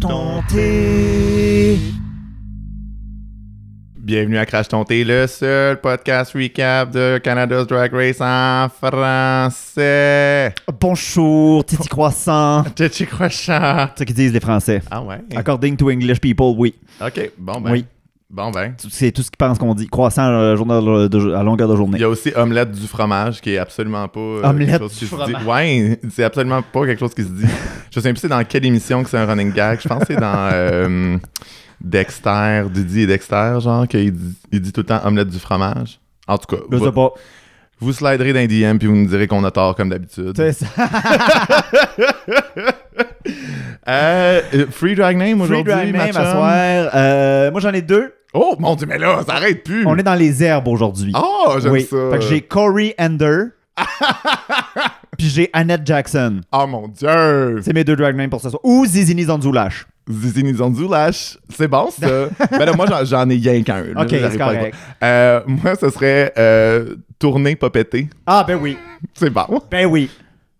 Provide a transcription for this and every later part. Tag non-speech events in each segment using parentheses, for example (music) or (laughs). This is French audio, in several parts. Ton Thé. Bienvenue à Crash Ton Thé, le seul podcast recap de Canada's Drag Race en français. (laughs) Bonjour, Titi Croissant. Titi Crochant. C'est ce qu'ils disent les Français. Ah ouais. According to English people, oui. Ok, bon ben. Oui. Bon ben. C'est tout ce qu'ils pensent qu'on dit. Croissant euh, journal de- à longueur de journée. Il y a aussi omelette du fromage qui est absolument pas euh, Omelette quelque chose du qui se fromage. dit. Ouais, c'est absolument pas quelque chose qui se dit. Je sais même plus c'est dans quelle émission que c'est un running gag. Je pense que c'est dans euh, Dexter, Didi et Dexter, genre, qu'il dit, il dit tout le temps omelette du fromage. En tout cas, Je va- sais pas. vous sliderez dans les DM puis vous nous direz qu'on a tort comme d'habitude. C'est ça. Euh, euh, free Drag Name Free aujourd'hui, Drag Name à ma chum? soir. Euh, moi, j'en ai deux. Oh mon dieu, mais là, ça arrête plus. On est dans les herbes aujourd'hui. Oh, j'aime oui. ça. Fait que j'ai Corey (laughs) Ender. Puis j'ai Annette Jackson. Oh mon dieu. C'est mes deux drag names pour ce soir. Ou Zizini Zanzoulash. Zizi Nizondu lâche. C'est bon (laughs) ça. ben là, moi, j'en- j'en ai rien qu'un. là. Ok, J'arrive c'est pas à- correct. Euh, moi, ce serait euh, tourner popété. Ah, ben oui. C'est bon. Tu Ben oui.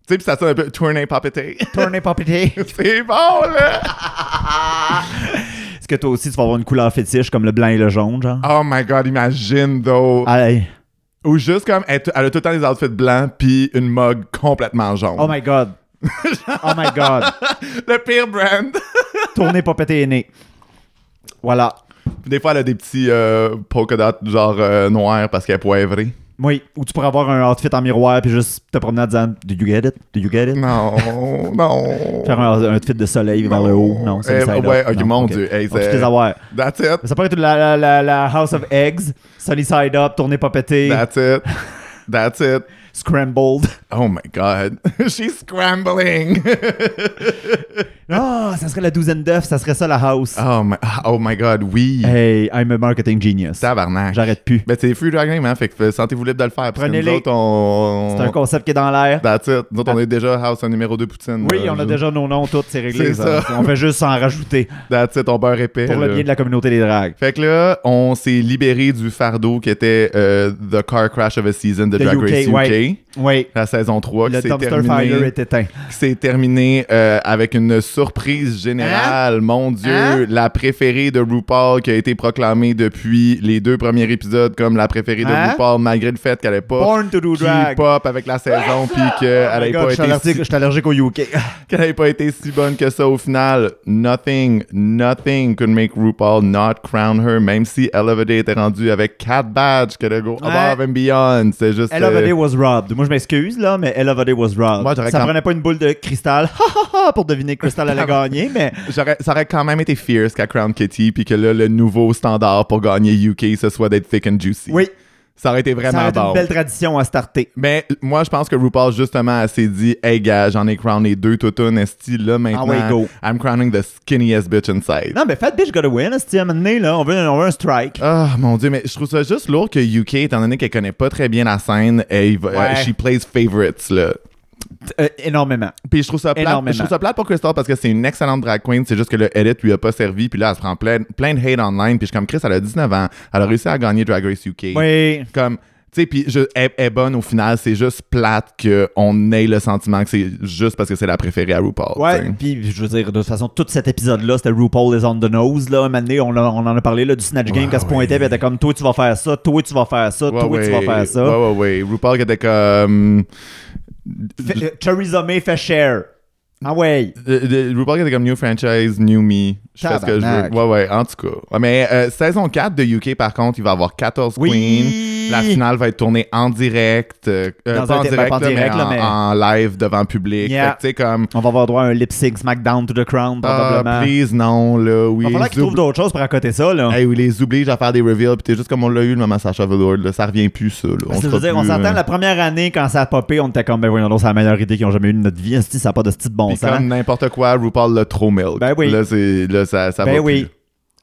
sais, puis ça sonne un peu tourner popété. Tournez pas (laughs) pété. (laughs) c'est bon là. Est-ce que toi aussi, tu vas avoir une couleur fétiche comme le blanc et le jaune, genre? Oh my god, imagine though. Allez. Ou juste comme elle, t- elle a tout le temps des outfits blancs puis une mug complètement jaune. Oh my god. oh my god. Le pire brand. Tournez pas pété est né. Voilà. Des fois, elle a des petits euh, polka dots genre euh, noirs parce qu'elle est poivrée. Oui. Ou tu pourrais avoir un outfit en miroir puis juste te promener en disant Do you get it? Do you get it? Non, non. Faire un, un outfit de soleil vers le haut. Non, c'est Eh, le side-up. ouais, ok, Non, mon Dieu. Hey, On peut c'est- tous les avoir. That's it. Mais ça pourrait être la, la, la, la House of Eggs, Sunny Side Up, tournée pas pété, That's it. That's it. Scrambled. (laughs) Oh my God. (laughs) She's scrambling. Ah, ça serait la douzaine d'œufs, ça serait ça la house. Oh my, oh my God, oui. Hey, I'm a marketing genius. Tabarnak. J'arrête plus. Ben, c'est Free Drag Name, hein, fait que euh, sentez-vous libre de le faire. parce que Prenez-les. Nous autres, on... C'est un concept qui est dans l'air. That's it. Nous autres, on est déjà house en numéro 2 Poutine. Oui, là. on a déjà nos noms, tout, c'est réglé. C'est ça. On fait juste s'en rajouter That's it, on beurre épais. pour le là. bien de la communauté des dragues. Fait que là, on s'est libéré du fardeau qui était euh, The Car Crash of a Season de The Drag UK, Race UK. ouais. Oui. La saison 3 Le qui s'est dumpster fire terminée est éteint. qui s'est terminée, euh, avec une surprise générale. Mon Dieu, Hein? la préférée de RuPaul qui a été proclamée depuis les deux premiers épisodes comme la préférée de Hein? RuPaul malgré le fait qu'elle n'ait pas Born to do drag. K-pop avec la saison puis Oh my qu'elle n'ait God, pas je suis été allergique- si- je suis allergique au UK. qu'elle ait pas été si bonne que ça au final. Nothing, nothing could make RuPaul not crown her, même si Ella Day était rendue avec quatre badges que de go Ouais. above and beyond. C'est juste. Ella euh, Vade was robbed. Moi, je m'excuse, là, mais Ella Vade was robbed. Moi, j'aurais ça quand- prenait pas une boule de cristal (laughs) ha, ha, ha, pour deviner que Crystal allait gagner, mais J'aurais- ça aurait quand même été fierce qu'à Crown Kitty, puis que là, le nouveau standard pour gagner UK, ce soit d'être thick and juicy. oui, Ça aurait été ça vraiment aurait été bon. une belle tradition à starter. Mais moi, je pense que RuPaul, justement, elle s'est dit Hey, gars, j'en ai crowné deux toutounes, esti, là, maintenant. Ah ouais, go. I'm crowning the skinniest bitch inside. Non, mais Fat Bitch gotta win, c'est à un moment donné, là, on veut, on veut un strike. Ah, mon Dieu, mais je trouve ça juste lourd que UK, étant donné qu'elle connaît pas très bien la scène, elle va- Ouais. euh, she plays favorites, là. Euh, énormément. Puis je trouve ça plate, Énormément. je trouve ça plate pour Crystal parce que c'est une excellente drag queen, c'est juste que le edit lui a pas servi, puis là elle se prend plein, plein de hate online, puis je suis comme Chris, elle a 19 ans, elle a réussi à gagner Drag Race UK. Oui. Comme tu sais, puis je- elle elle est bonne au final, c'est juste plate qu'on ait le sentiment que c'est juste parce que c'est la préférée à RuPaul. Ouais, t'sais. puis je veux dire, de toute façon, tout cet épisode-là, c'était RuPaul is on the nose. Là, un moment donné, on, l'a- on en a parlé là, du Snatch Game Ouais, qu'elle se pointait, ouais. puis elle était comme Toi, tu vas faire ça, toi, tu vas faire ça, Ah Ouais, toi, tu vas ouais, faire ça. Ouais, ouais, ouais. RuPaul qui était comme. Fait- euh, Theresa May fait share. Ah ouais. de- de- euh, RuPaul qui était comme New Franchise, New Me. Je fais ce que je Tabarnak. veux. Ouais, ouais, en tout cas. Ouais, Mais euh, saison 4 de UK, par contre, il va y avoir 14 Oui. queens. La finale va être tournée en direct. euh, Dans pas un en dé- ben, direct, pas en là, mais direct, là, en- mais- en, live devant public. Yeah. Fait que, tu sais, comme. On va avoir droit à un lip sync SmackDown to the Crown, Ah, probablement. please, non, là. Il Oui, va falloir ils qu'ils trouvent oubli- d'autres choses pour accoter ça, là. Hey, oui, les oblige à faire des reveals. Puis t'es juste comme on l'a eu, le moment Sacha Velour. Là, ça revient plus, ça. Là. Parce que je se veux fera Ben, dire, on plus, s'entend, euh, la première année, quand ça a popé, on était comme, ben voyons donc, c'est la meilleure idée qu'ils ont jamais eue de notre vie. Esti, ça n'a pas de style de bon puis sens. comme n'importe quoi, RuPaul l'a trop milk. hein. Ben oui. Là, c'est- là, ça, ça Ben va oui.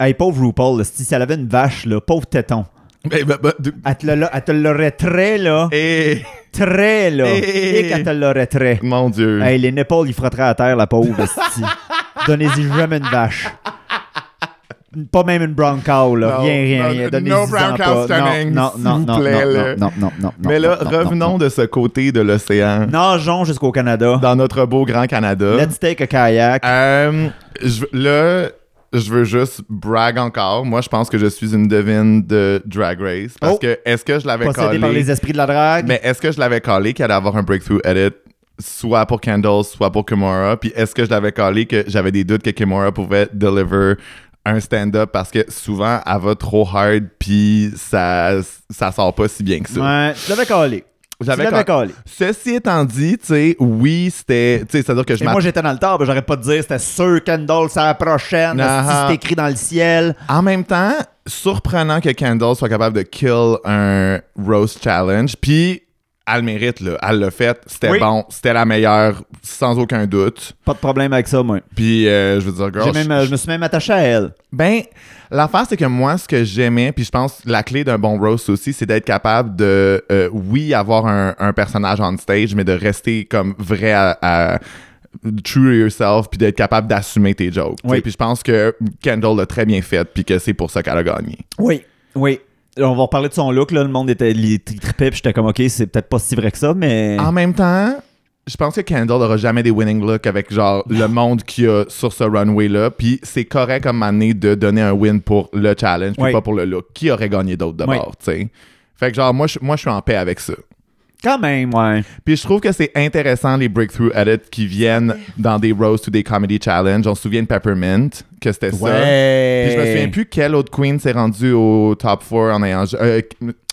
Hey, pauvre RuPaul, esti, si elle avait une vache, là, pauvre téton. plus. Ben, ben, ben, du- Elle te le- elle te l'aurait très, là. Eh, Très, là. Eh. Et qu'elle te l'aurait très. mon Dieu. Hey, les nipples, ils frotteraient à terre, la pauvre, (laughs) esti. Donnez-y jamais une vache. Pas même une brown cow, là. Non, rien, rien, non, rien. no Donnez-y brown cow standing, non, s'il non, vous non, plaît, non, non, là. non, non, non, Mais là, non, non, non, revenons non. de ce côté de l'océan, Nageons jusqu'au Canada. dans notre beau grand Canada. Let's take a kayak. Euh, je, là, je veux juste brag encore. Moi, je pense que je suis une devine de Drag Race. Parce Oh. que est-ce que je l'avais Possédé collé. par les esprits de la drague. Mais est-ce que je l'avais collé qu'il allait avoir un breakthrough edit soit pour Candles, soit pour Kimura? Puis est-ce que je l'avais collé que j'avais des doutes que Kimura pouvait deliver un stand-up parce que souvent elle va trop hard puis ça, ça sort pas si bien que ça. Ouais, tu l'avais collé. Tu J'avais l'avais coll- collé. Ceci étant dit, tu sais, oui, c'était. Tu sais, c'est-à-dire que je Et moi, m'att- j'étais dans le tard, ben, j'aurais pas de dire, c'était sûr Kendall, c'est la prochaine, Ah, si ah. c'est écrit dans le ciel. En même temps, surprenant que Kendall soit capable de kill un roast challenge. Puis, elle le mérite, là. Elle l'a fait. C'était Oui. bon. C'était la meilleure, sans aucun doute. Pas de problème avec ça, moi. Puis, euh, je veux dire, girl, J'ai même, euh, je me suis même attaché à elle. Ben, l'affaire, c'est que moi, ce que j'aimais, puis je pense que la clé d'un bon roast aussi, c'est d'être capable de, euh, oui, avoir un, un personnage on stage, mais de rester comme vrai à, à- true to yourself, puis d'être capable d'assumer tes jokes. tu sais. Oui. Puis je pense que Kendall l'a très bien fait, puis que c'est pour ça qu'elle a gagné. Oui. Oui. On va reparler de son look, là. Le monde était il trippait, puis j'étais comme, OK, c'est peut-être pas si vrai que ça, mais. En même temps, je pense que Kendall n'aura jamais des winning looks avec genre le monde qu'il y a sur ce runway-là, puis c'est correct comme année de donner un win pour le challenge, puis Oui. pas pour le look. Qui aurait gagné d'autres de Oui. bord, tu sais? Fait que genre, moi, je, moi, je suis en paix avec ça. Quand même, ouais. Puis je trouve que c'est intéressant les breakthrough edits qui viennent dans des roasts ou des comedy challenge. On se souvient de Peppermint, que c'était ça. Ouais. Puis je me souviens plus quelle autre queen s'est rendue au top 4 en ayant... euh,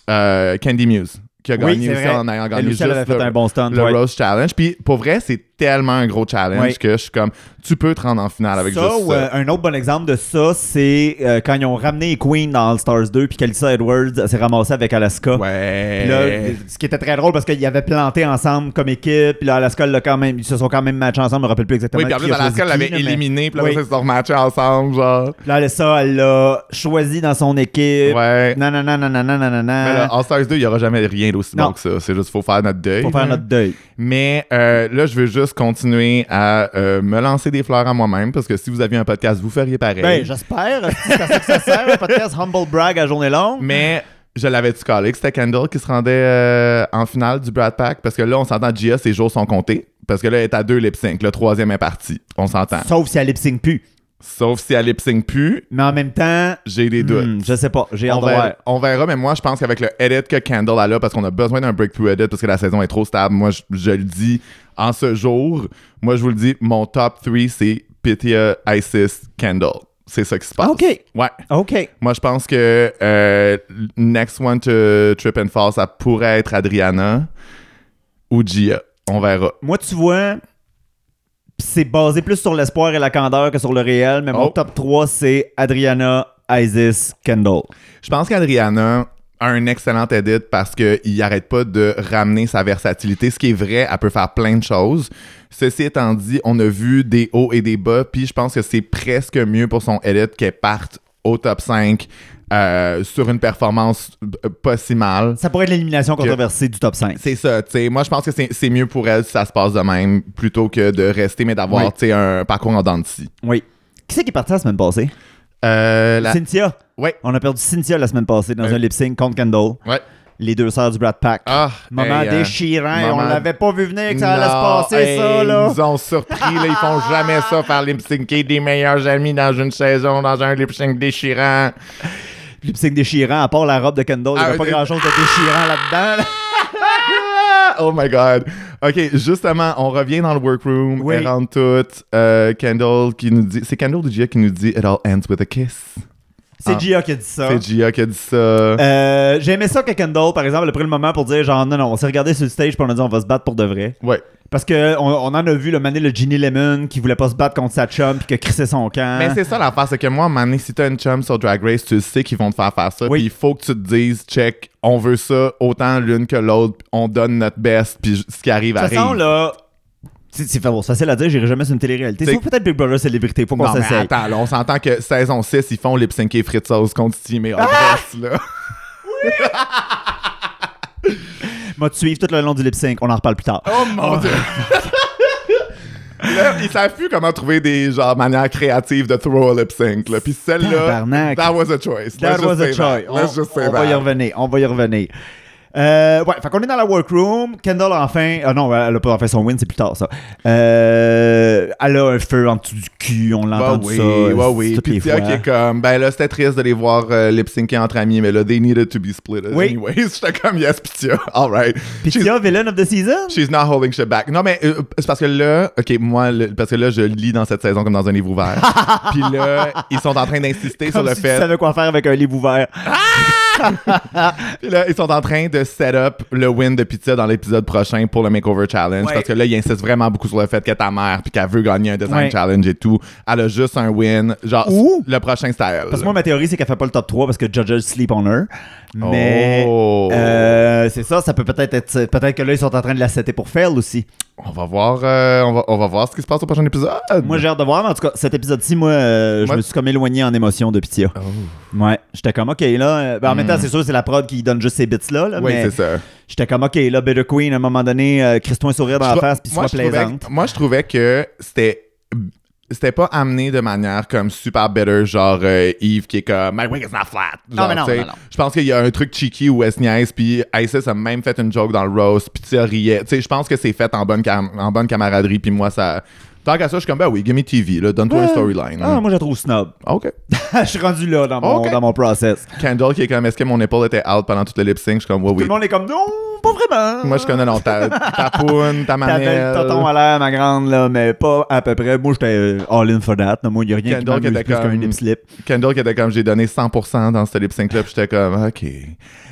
euh, Candy Muse, qui a Oui, gagné c'est aussi vrai. en ayant Elle gagné aussi, elle avait juste fait le- un bon stand. le ouais. Rose Challenge. Puis pour vrai, c'est tellement un gros challenge Ouais. que je suis comme, tu peux te rendre en finale avec ça, juste ou, ça. euh, un autre bon exemple de ça, c'est euh, quand ils ont ramené Queen dans All Stars 2, puis Kalissa Edwards elle s'est ramassée avec Alaska. Ouais. Puis Là, ce qui était très drôle parce qu'ils avaient planté ensemble comme équipe, puis là, Alaska l'a quand même, ils se sont quand même matchés ensemble, je me rappelle plus exactement. oui, puis en qui plus, a choisi Alaska qui, l'avait là, mais- éliminé, puis là, Oui. ils se sont rematchés ensemble, genre. Puis là, ça, elle l'a choisi dans son équipe. Ouais. Non, non, non, non, non, non, non, non, Mais là, ah, All Stars 2, il n'y aura jamais rien d'aussi Non. bon que ça. C'est juste, faut faire notre deuil. Pour faire là. notre deuil. Mais euh, là, je veux juste continuer à euh, me lancer des fleurs à moi-même, parce que si vous aviez un podcast, vous feriez pareil. Ben, j'espère. C'est à ça que ça sert, le podcast Humble Brag à journée longue. (laughs) Mais je l'avais-tu collé que c'était Kendall qui se rendait euh, en finale du Brad Pack? Parce que là, on s'entend, Gia, ses jours sont comptés. Parce que là, elle est à deux lip sync. Le troisième est parti. On s'entend. Sauf si elle lip sync plus. Sauf si elle lip sync plus, Mais en même temps, j'ai des doutes. hmm, je sais pas. J'ai On hâte de voir. verra, on verra, mais moi, je pense qu'avec le edit que Kendall a là, parce qu'on a besoin d'un breakthrough edit, parce que la saison est trop stable, moi, je, je le dis en ce jour, moi, je vous le dis, mon top 3, c'est Pythia, Isis, Kendall. C'est ça qui se passe. OK. Ouais. OK. Moi, je pense que euh, next one to trip and fall, ça pourrait être Adriana ou Gia. On verra. Moi, tu vois, c'est basé plus sur l'espoir et la candeur que sur le réel, mais mon Oh. top 3, c'est Adriana, Isis, Kendall. Je pense qu'Adriana a un excellent edit parce qu'il n'arrête pas de ramener sa versatilité. Ce qui est vrai, elle peut faire plein de choses. Ceci étant dit, on a vu des hauts et des bas, puis je pense que c'est presque mieux pour son edit qu'elle parte au top 5 euh, sur une performance euh, pas si mal. Ça pourrait être l'élimination controversée du top 5. C'est ça, tu sais. Moi, je pense que c'est c'est mieux pour elle si ça se passe de même plutôt que de rester, mais d'avoir, Oui. tu sais, un parcours en dents de scie. Oui. Qui c'est qui est parti la semaine passée? Euh, la- Cynthia. Ouais. On a perdu Cynthia la semaine passée dans Euh. un lip sync contre Kendall. Ouais. Les deux sœurs du Brad Pack. Ah, Moment hey, euh, déchirant. et On moment- l'avait pas vu venir que ça allait se Non, passer, hey, ça, Ils là. nous ont surpris, là. Ils font jamais ça, faire lip syncer des meilleurs amis dans une saison, dans un lip sync déchirant. Lip sync déchirant, à part la robe de Kendall, il n'y Ah, avait pas euh, grand chose de déchirant là-dedans. là. Ah, Oh my god. OK, justement, on revient dans le workroom. Oui. Elles rentrent toutes. Euh, Kendall qui nous dit. C'est Kendall ou Gia qui nous dit It all ends with a kiss. C'est Ah. Gia qui a dit ça. C'est Gia qui a dit ça. Euh, J'aimais ça que Kendall, par exemple, elle a pris le moment pour dire genre non, non, on s'est regardé sur le stage puis on a dit on va se battre pour de vrai. Ouais. Parce que on, on en a vu le mané le Ginny Lemon qui voulait pas se battre contre sa chum puis que crissait son camp. Mais c'est ça l'affaire, c'est que moi, à un moment donné, si t'as une chum sur Drag Race, tu le sais qu'ils vont te faire faire ça. Oui. Puis il faut que tu te dises, check, on veut ça autant l'une que l'autre, puis on donne notre best, puis ce qui arrive de toute arrive. façon là, c'est c'est- bon, c'est facile à dire, j'irai jamais sur une télé-réalité. C'est- Sauf peut-être Big Brother célébrité, faut qu'on non, mais s'essaye. attends, là, on s'entend que saison 6, ils font lip sync et frites sauce contre Steam et Hot Ah! Dress, là. Moi, tu suivre tout le long du lip sync, on en reparle plus tard. Oh mon dieu! (laughs) Là, ils savent plus comment trouver des genre manières créatives de throw a lip sync. Là. Puis celle-là, Tabarnak. that was a choice. That Let's just was a say that. choice. Let's On, just say on va y that. revenir, on va y revenir. Euh, ouais, fait qu'on est dans la workroom. Kendall, enfin. Ah non, elle a pas enfin son win, c'est plus tard, ça. Euh, elle a un feu en dessous du cul, on l'entend Ouais, de Bah oui, ça. ouais, euh, oui. Toutes Puis les Tia fois. qui est comme, ben là, c'était triste de les voir euh, lip-syncer entre amis, mais là, they needed to be split Oui. anyways. (laughs) J'étais comme, yes, puis Tia, (laughs) alright. Puis She's- Tia, villain of the season. She's not holding shit back. Non, mais euh, c'est parce que là, OK, moi, le- parce que là, je lis dans cette saison comme dans un livre ouvert. (laughs) Puis là, ils sont en train d'insister sur Comme le si fait. Tu savais quoi faire avec un livre ouvert. Puis là, ils sont en train de set up le win de Pizza dans l'épisode prochain pour le Makeover Challenge. Ouais. Parce que là, ils insistent vraiment beaucoup sur le fait qu'elle est ta mère puis qu'elle veut gagner un design Ouais. challenge et tout. Elle a juste un win. Genre, Ouh! le prochain, c'est à elle. Parce que moi, ma théorie, c'est qu'elle fait pas le top 3 parce que Judges sleep on her. Mais. Oh. euh, c'est ça, ça peut peut-être être. Peut-être que là, ils sont en train de la setter pour fail aussi. On va voir, euh, on, va, on va voir ce qui se passe au prochain épisode. Moi, j'ai hâte de voir, mais en tout cas, cet épisode-ci, moi, euh, je Moi- Oh. me suis comme éloigné en émotion de Pitia. Ouais, j'étais comme, OK, là. euh, ben, en même temps, c'est sûr, c'est la prod qui donne juste ces bits-là. Là, Hmm. oui, mais c'est ça. j'étais comme, OK, là, Better Queen, à un moment donné, euh, crisse-toi un sourire dans Je la trou- face, puis sois moi, je trouvais- plaisante. moi, je trouvais que c'était c'était pas amené de manière comme super better, genre euh, Yves qui est comme My wing is not flat. Genre, mais non, tu sais, non, non. Je pense qu'il y a un truc cheeky où elle se niaise, puis Isis a même fait une joke dans le roast, puis Tia riait. Tu sais, je pense que c'est fait en bonne, cam- en bonne camaraderie, puis moi, ça. Tant qu'à ça, je suis comme, ben oui, give me TV, là, donne-toi une Ouais. storyline. Ah, hein. moi, je la trouve snob. (laughs) OK. je suis rendu là dans mon, Ok. dans mon process. Kendall qui est comme, est-ce que mon épaule était out pendant tout le lip sync? Je suis comme, ouais, Tout oui. le monde est comme, non, pas vraiment. Moi, je connais, non, ta, ta poune, ta Ta belle mamelle. tonton à l'air, ma grande, là, mais pas à peu près. Moi, j'étais all-in for that. Moi, il n'y a rien Kendall qui m'amuse qui était plus comme- qu'un lip-slip. Kendall qui était comme j'ai donné 100% dans ce lip sync là, puis j'étais comme OK.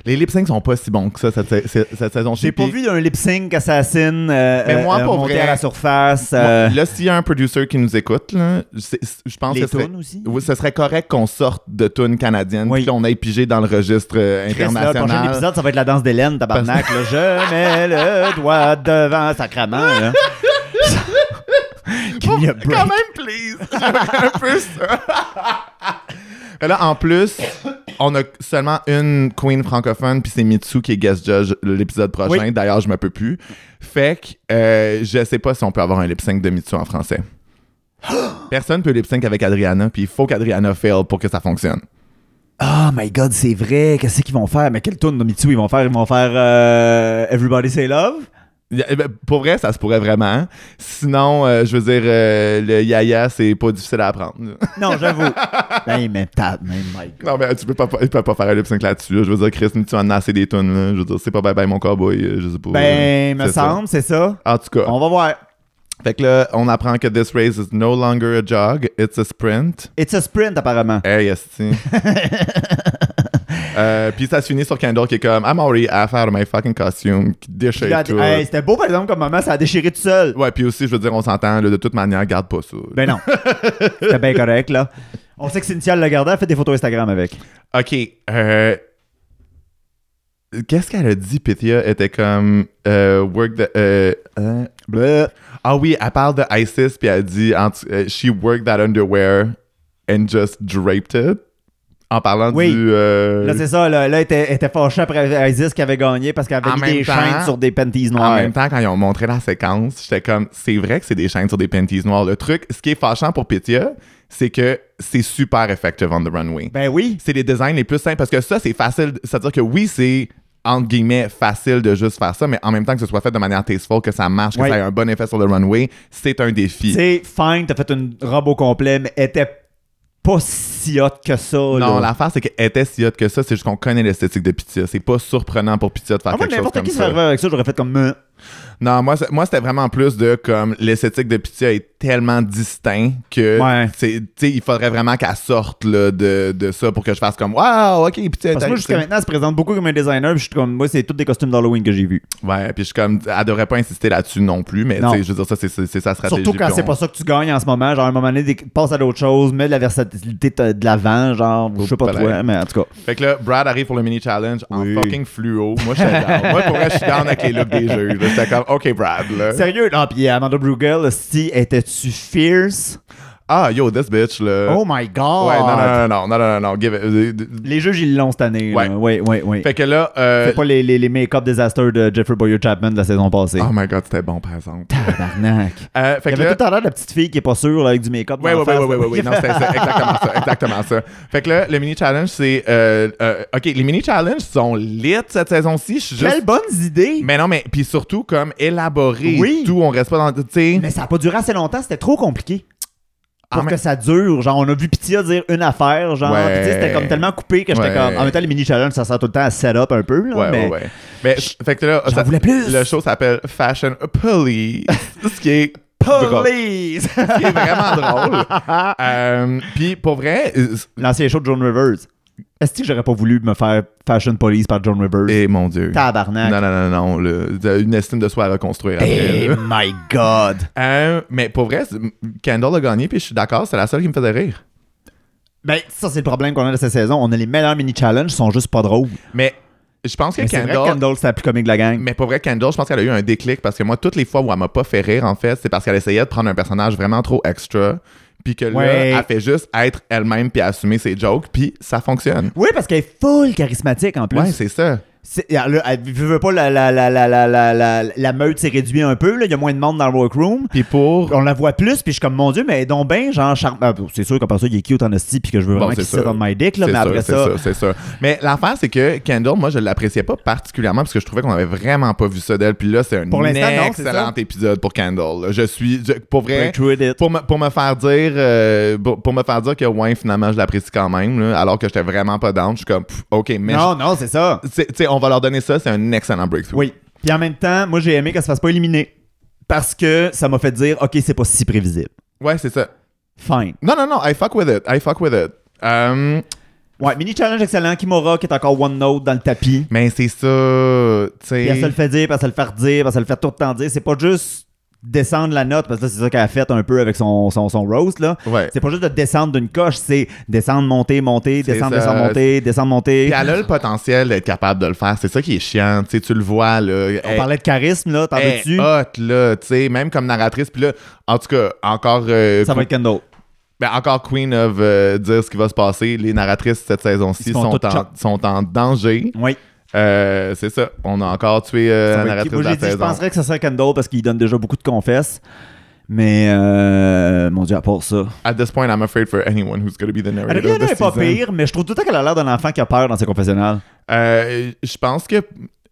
Les lip syncs sont pas si bons que ça cette, sa- cette- cette saison. J'ai pas Puis, vu un lip-sync assassin Mais euh, moi, euh, pour monter vrai, à la surface. moi, euh, Là, s'il y a un producer qui nous écoute, là, c'est- c'est- je pense les que ce serait, tunes aussi. oui, ce serait correct qu'on sorte de tunes canadiennes, Oui. puis qu'on aille piger dans le registre euh, Chris, là, le prochain international. épisode, ça va être la danse d'Hélène, tabarnak. là. (laughs) je mets le doigt devant, sacrement. Là. Give me a break. Quand même, please! (laughs) J'aimerais un peu ça. (laughs) Et Là, en plus, on a seulement une queen francophone, puis c'est Mitsu qui est guest judge l'épisode prochain. Oui. D'ailleurs, je me peux plus. Fait que euh, je sais pas si on peut avoir un lip sync de Mitsu en (gasps) français. Personne peut lip sync avec Adriana, puis il faut qu'Adriana fail pour que ça fonctionne. Oh my god, c'est vrai. Qu'est-ce qu'ils vont faire? Mais quelle tune de Mitsu ils vont faire? Ils vont faire euh, Everybody Say Love? Y- eh ben, Pour vrai, ça se pourrait vraiment. Sinon, euh, je veux dire, euh, le yaya, c'est pas difficile à apprendre. Non, (laughs) j'avoue. ben, mais tab, mais my god. Non, mais tu peux pas, tu peux pas faire un lip sync là-dessus. là. Je veux dire, Chris, tu en as assez des tonnes. là. Je veux dire, c'est pas bye bye mon cowboy. euh, Je sais pas. Ben, me C'est ça. semble, c'est ça. En tout cas. On va voir. Fait que là, on apprend que this race is no longer a jog, it's a sprint. It's a sprint, apparemment. Hey, (laughs) esti. euh, Puis ça se finit sur Kendall qui est comme I'm already half out of my fucking costume, qui déchire Regarde, tout. hey, C'était beau, par exemple, comme moment, ça a déchiré tout seul. Ouais, puis aussi, je veux dire, on s'entend, là, de toute manière, garde pas ça. Ben (laughs) non. C'était bien correct, là. On sait que Cynthia le gardait, elle fait des photos Instagram avec. OK. Euh, Qu'est-ce qu'elle a dit, Pythia? Elle était comme euh, Work the. euh, hein? Bleu. Ah oui, elle parle de ISIS, puis elle dit en dessous, euh, She worked that underwear and just draped it. En parlant Oui. du. euh, Là, c'est ça, là, là elle, était, elle était fâchée après Isis qui avait gagné parce qu'elle En avait mis même des temps- chaînes sur des panties en noires. même temps, quand ils ont montré la séquence, j'étais comme, c'est vrai que c'est des chaînes sur des panties noirs. Le truc, ce qui est fâchant pour Pythia, c'est que c'est super effective on the runway. Ben oui. c'est les designs les plus simples parce que ça, c'est facile. C'est-à-dire que oui, c'est entre guillemets facile de juste faire ça, mais en même temps que ce soit fait de manière tasteful, que ça marche, que Ouais. ça ait un bon effet sur le runway, c'est un défi. C'est fine, t'as fait une robe au complet, mais elle était pas si hot que ça. Non, là. l'affaire, c'est qu'elle était si hot que ça, c'est juste qu'on connaît l'esthétique de Pitya. C'est pas surprenant pour Pitya de faire En fait, Ah, Ah, quelque chose n'importe comme qui se ça. ferait avec ça, j'aurais fait comme. euh, Non, moi, c'est- moi c'était vraiment plus de comme l'esthétique de Pitya est tellement distinct que Ouais. c'est- tu sais, il faudrait vraiment qu'elle sorte là, de, de ça pour que je fasse comme Wow, ok, Pitya Parce que moi, jusqu'à maintenant, elle se présente beaucoup comme un designer, puis je suis comme, moi, c'est tous des costumes d'Halloween que j'ai vus. Ouais, puis je suis comme, elle devrait pas insister là-dessus non plus, mais Non. tu sais, je veux dire, ça, c'est- c'est c'est sa stratégie. Surtout quand puis c'est on- pas ça que tu gagnes en ce moment. Genre, à un moment donné, des- passe à d'autres choses, mets de la versatilité t'as de l'avant, genre, je sais pas Oups, toi, mais en tout cas. Fait que là, Brad arrive pour le mini-challenge Oui. en fucking fluo. (laughs) Moi, je suis down. Moi, pour vrai, je suis down avec les looks des jeux. là. Euh. J'étais comme, OK, Brad, là. euh, Sérieux, non, puis Amanda Brugel, si, étais-tu fierce? Ah, yo, this bitch, là. oh my god! Ouais, non, non, non, non, non, non, non, non, give it- Les juges, ils l'ont cette année. Ouais. là. Ouais, ouais, ouais. Fait que là, euh, C'est pas les, les, les make-up disasters de Jeffrey Boyer Chapman de la saison passée. oh my god, c'était bon, par exemple. Tabarnak. Euh, fait Il y que avait là, tout à l'heure de la petite fille qui est pas sûre là, avec du make-up. Ouais, dans ouais, la ouais, face. ouais, ouais, ouais, ouais. Non, c'était ça, exactement ça, exactement ça. Fait que là, le mini challenge, c'est. euh, euh, ok, les mini challenges sont lit cette saison-ci. Je suis juste. Quelles bonnes idées! Mais, Mais non, mais puis surtout comme élaboré. Oui. Tout, on reste pas dans. Tu sais. ça a pas duré assez longtemps, c'était trop compliqué. Pour Ah, mais- que ça dure, genre, on a vu Pitya dire une affaire, genre, Ouais. puis tu sais, c'était comme tellement coupé que j'étais Ouais. comme. En même temps, les mini-challenges, ça sert tout le temps à set-up un peu, là. Ouais, mais ouais, ouais. Mais je- fait que là, J'en ça- voulais plus! le show s'appelle Fashion (laughs) Police, ce qui est drôle, Police! (laughs) ce qui est vraiment drôle. Euh, puis pour vrai, euh, L'ancien show de John Rivers. Est-ce que j'aurais pas voulu me faire Fashion Police par John Rivers? et eh, mon Dieu. Tabarnak. Non, non, non, non, le- t'as une estime de soi à reconstruire. après, Eh (laughs) là. my god! Euh, mais pour vrai, c'est- Kendall a gagné, puis je suis d'accord, c'est la seule qui me faisait rire. Ben, ça, c'est le problème qu'on a de cette saison. On a les meilleurs mini-challenges, ils sont juste pas drôles. Mais je pense que Mais c'est vrai que Kendall. Kendall, c'est la plus comique de la gang. Mais pour vrai, Kendall, je pense qu'elle a eu un déclic parce que moi, toutes les fois où elle m'a pas fait rire, en fait, c'est parce qu'elle essayait de prendre un personnage vraiment trop extra. Puis que Ouais. là, elle fait juste être elle-même puis assumer ses jokes, puis ça fonctionne. Oui, parce qu'elle est full charismatique en plus. Ouais, c'est ça. C'est- elle, elle- elle veut pas la, la, la, la, la, la, la, la meute s'est réduite un peu. là. Il y a moins de monde dans le workroom. Puis pour. On la voit plus, puis je suis comme, mon Dieu, mais elle est donc ben, genre, charme- ah, c'est sûr qu'après ça, il est cute en hostie, puis que je veux vraiment Bon, c'est qu'il sit on sûr. my dick, (laughs) là, C'est mais sûr, après c'est ça. sûr, c'est sûr. Mais l'affaire, c'est que Kendall, moi, je l'appréciais pas particulièrement parce que je trouvais qu'on avait vraiment pas vu ça d'elle. Puis là, c'est un Pour l'instant, non, c'est excellent ça. épisode pour Kendall. là. Je suis, je- pour vrai, break with it. pour me, pour me faire dire, euh, pour, pour me faire dire que ouais, finalement, je l'apprécie quand même, là, alors que j'étais vraiment pas down. Je suis comme, pff, ok, mais Non, non, c'est ça. je- c'est- tu sais, on va leur donner ça. C'est un excellent breakthrough. Oui. Puis en même temps, moi, j'ai aimé qu'elle se fasse pas éliminer. Parce que ça m'a fait dire, OK, c'est pas si prévisible. Ouais, c'est ça. Fine. Non, non, non. I fuck with it. I fuck with it. Um, Ouais, mini challenge excellent. Kimura qui est encore one note dans le tapis. mais c'est ça, tu Puis elle se le sais. fait dire, puis elle se le fait redire, puis elle se le fait tout le temps dire. C'est pas juste descendre la note, parce que là, c'est ça qu'elle a fait un peu avec son, son, son roast, là. Ouais. C'est pas juste de descendre d'une coche, c'est descendre, monter, monter, C'est descendre, ça. descendre, monter, descendre, monter. Puis elle a le potentiel d'être capable de le faire. C'est ça qui est chiant. Tu sais, tu le vois, là. On parlait de charisme, là, t'en elle veux-tu? est hot, là, tu sais, même comme narratrice. Puis là, en tout cas, encore, euh, Ça va être Kendall. ben, encore Queen of euh, dire ce qui va se passer. Les narratrices cette Ils saison-ci se font sont toutes en, chop. sont en danger. Oui. Euh, c'est ça. On a encore tué euh, Ça la va être- narratrice Moi, de j'ai la dit, je saison. penserais que ça serait Kendall parce qu'il donne déjà beaucoup de confesses. Mais, euh, mon Dieu, à part ça. At this point, I'm afraid for anyone who's going to be the narrator Elle of this est pas season. pire, mais je trouve tout le temps qu'elle a l'air d'un enfant qui a peur dans ses confessionnals. Euh, je pense que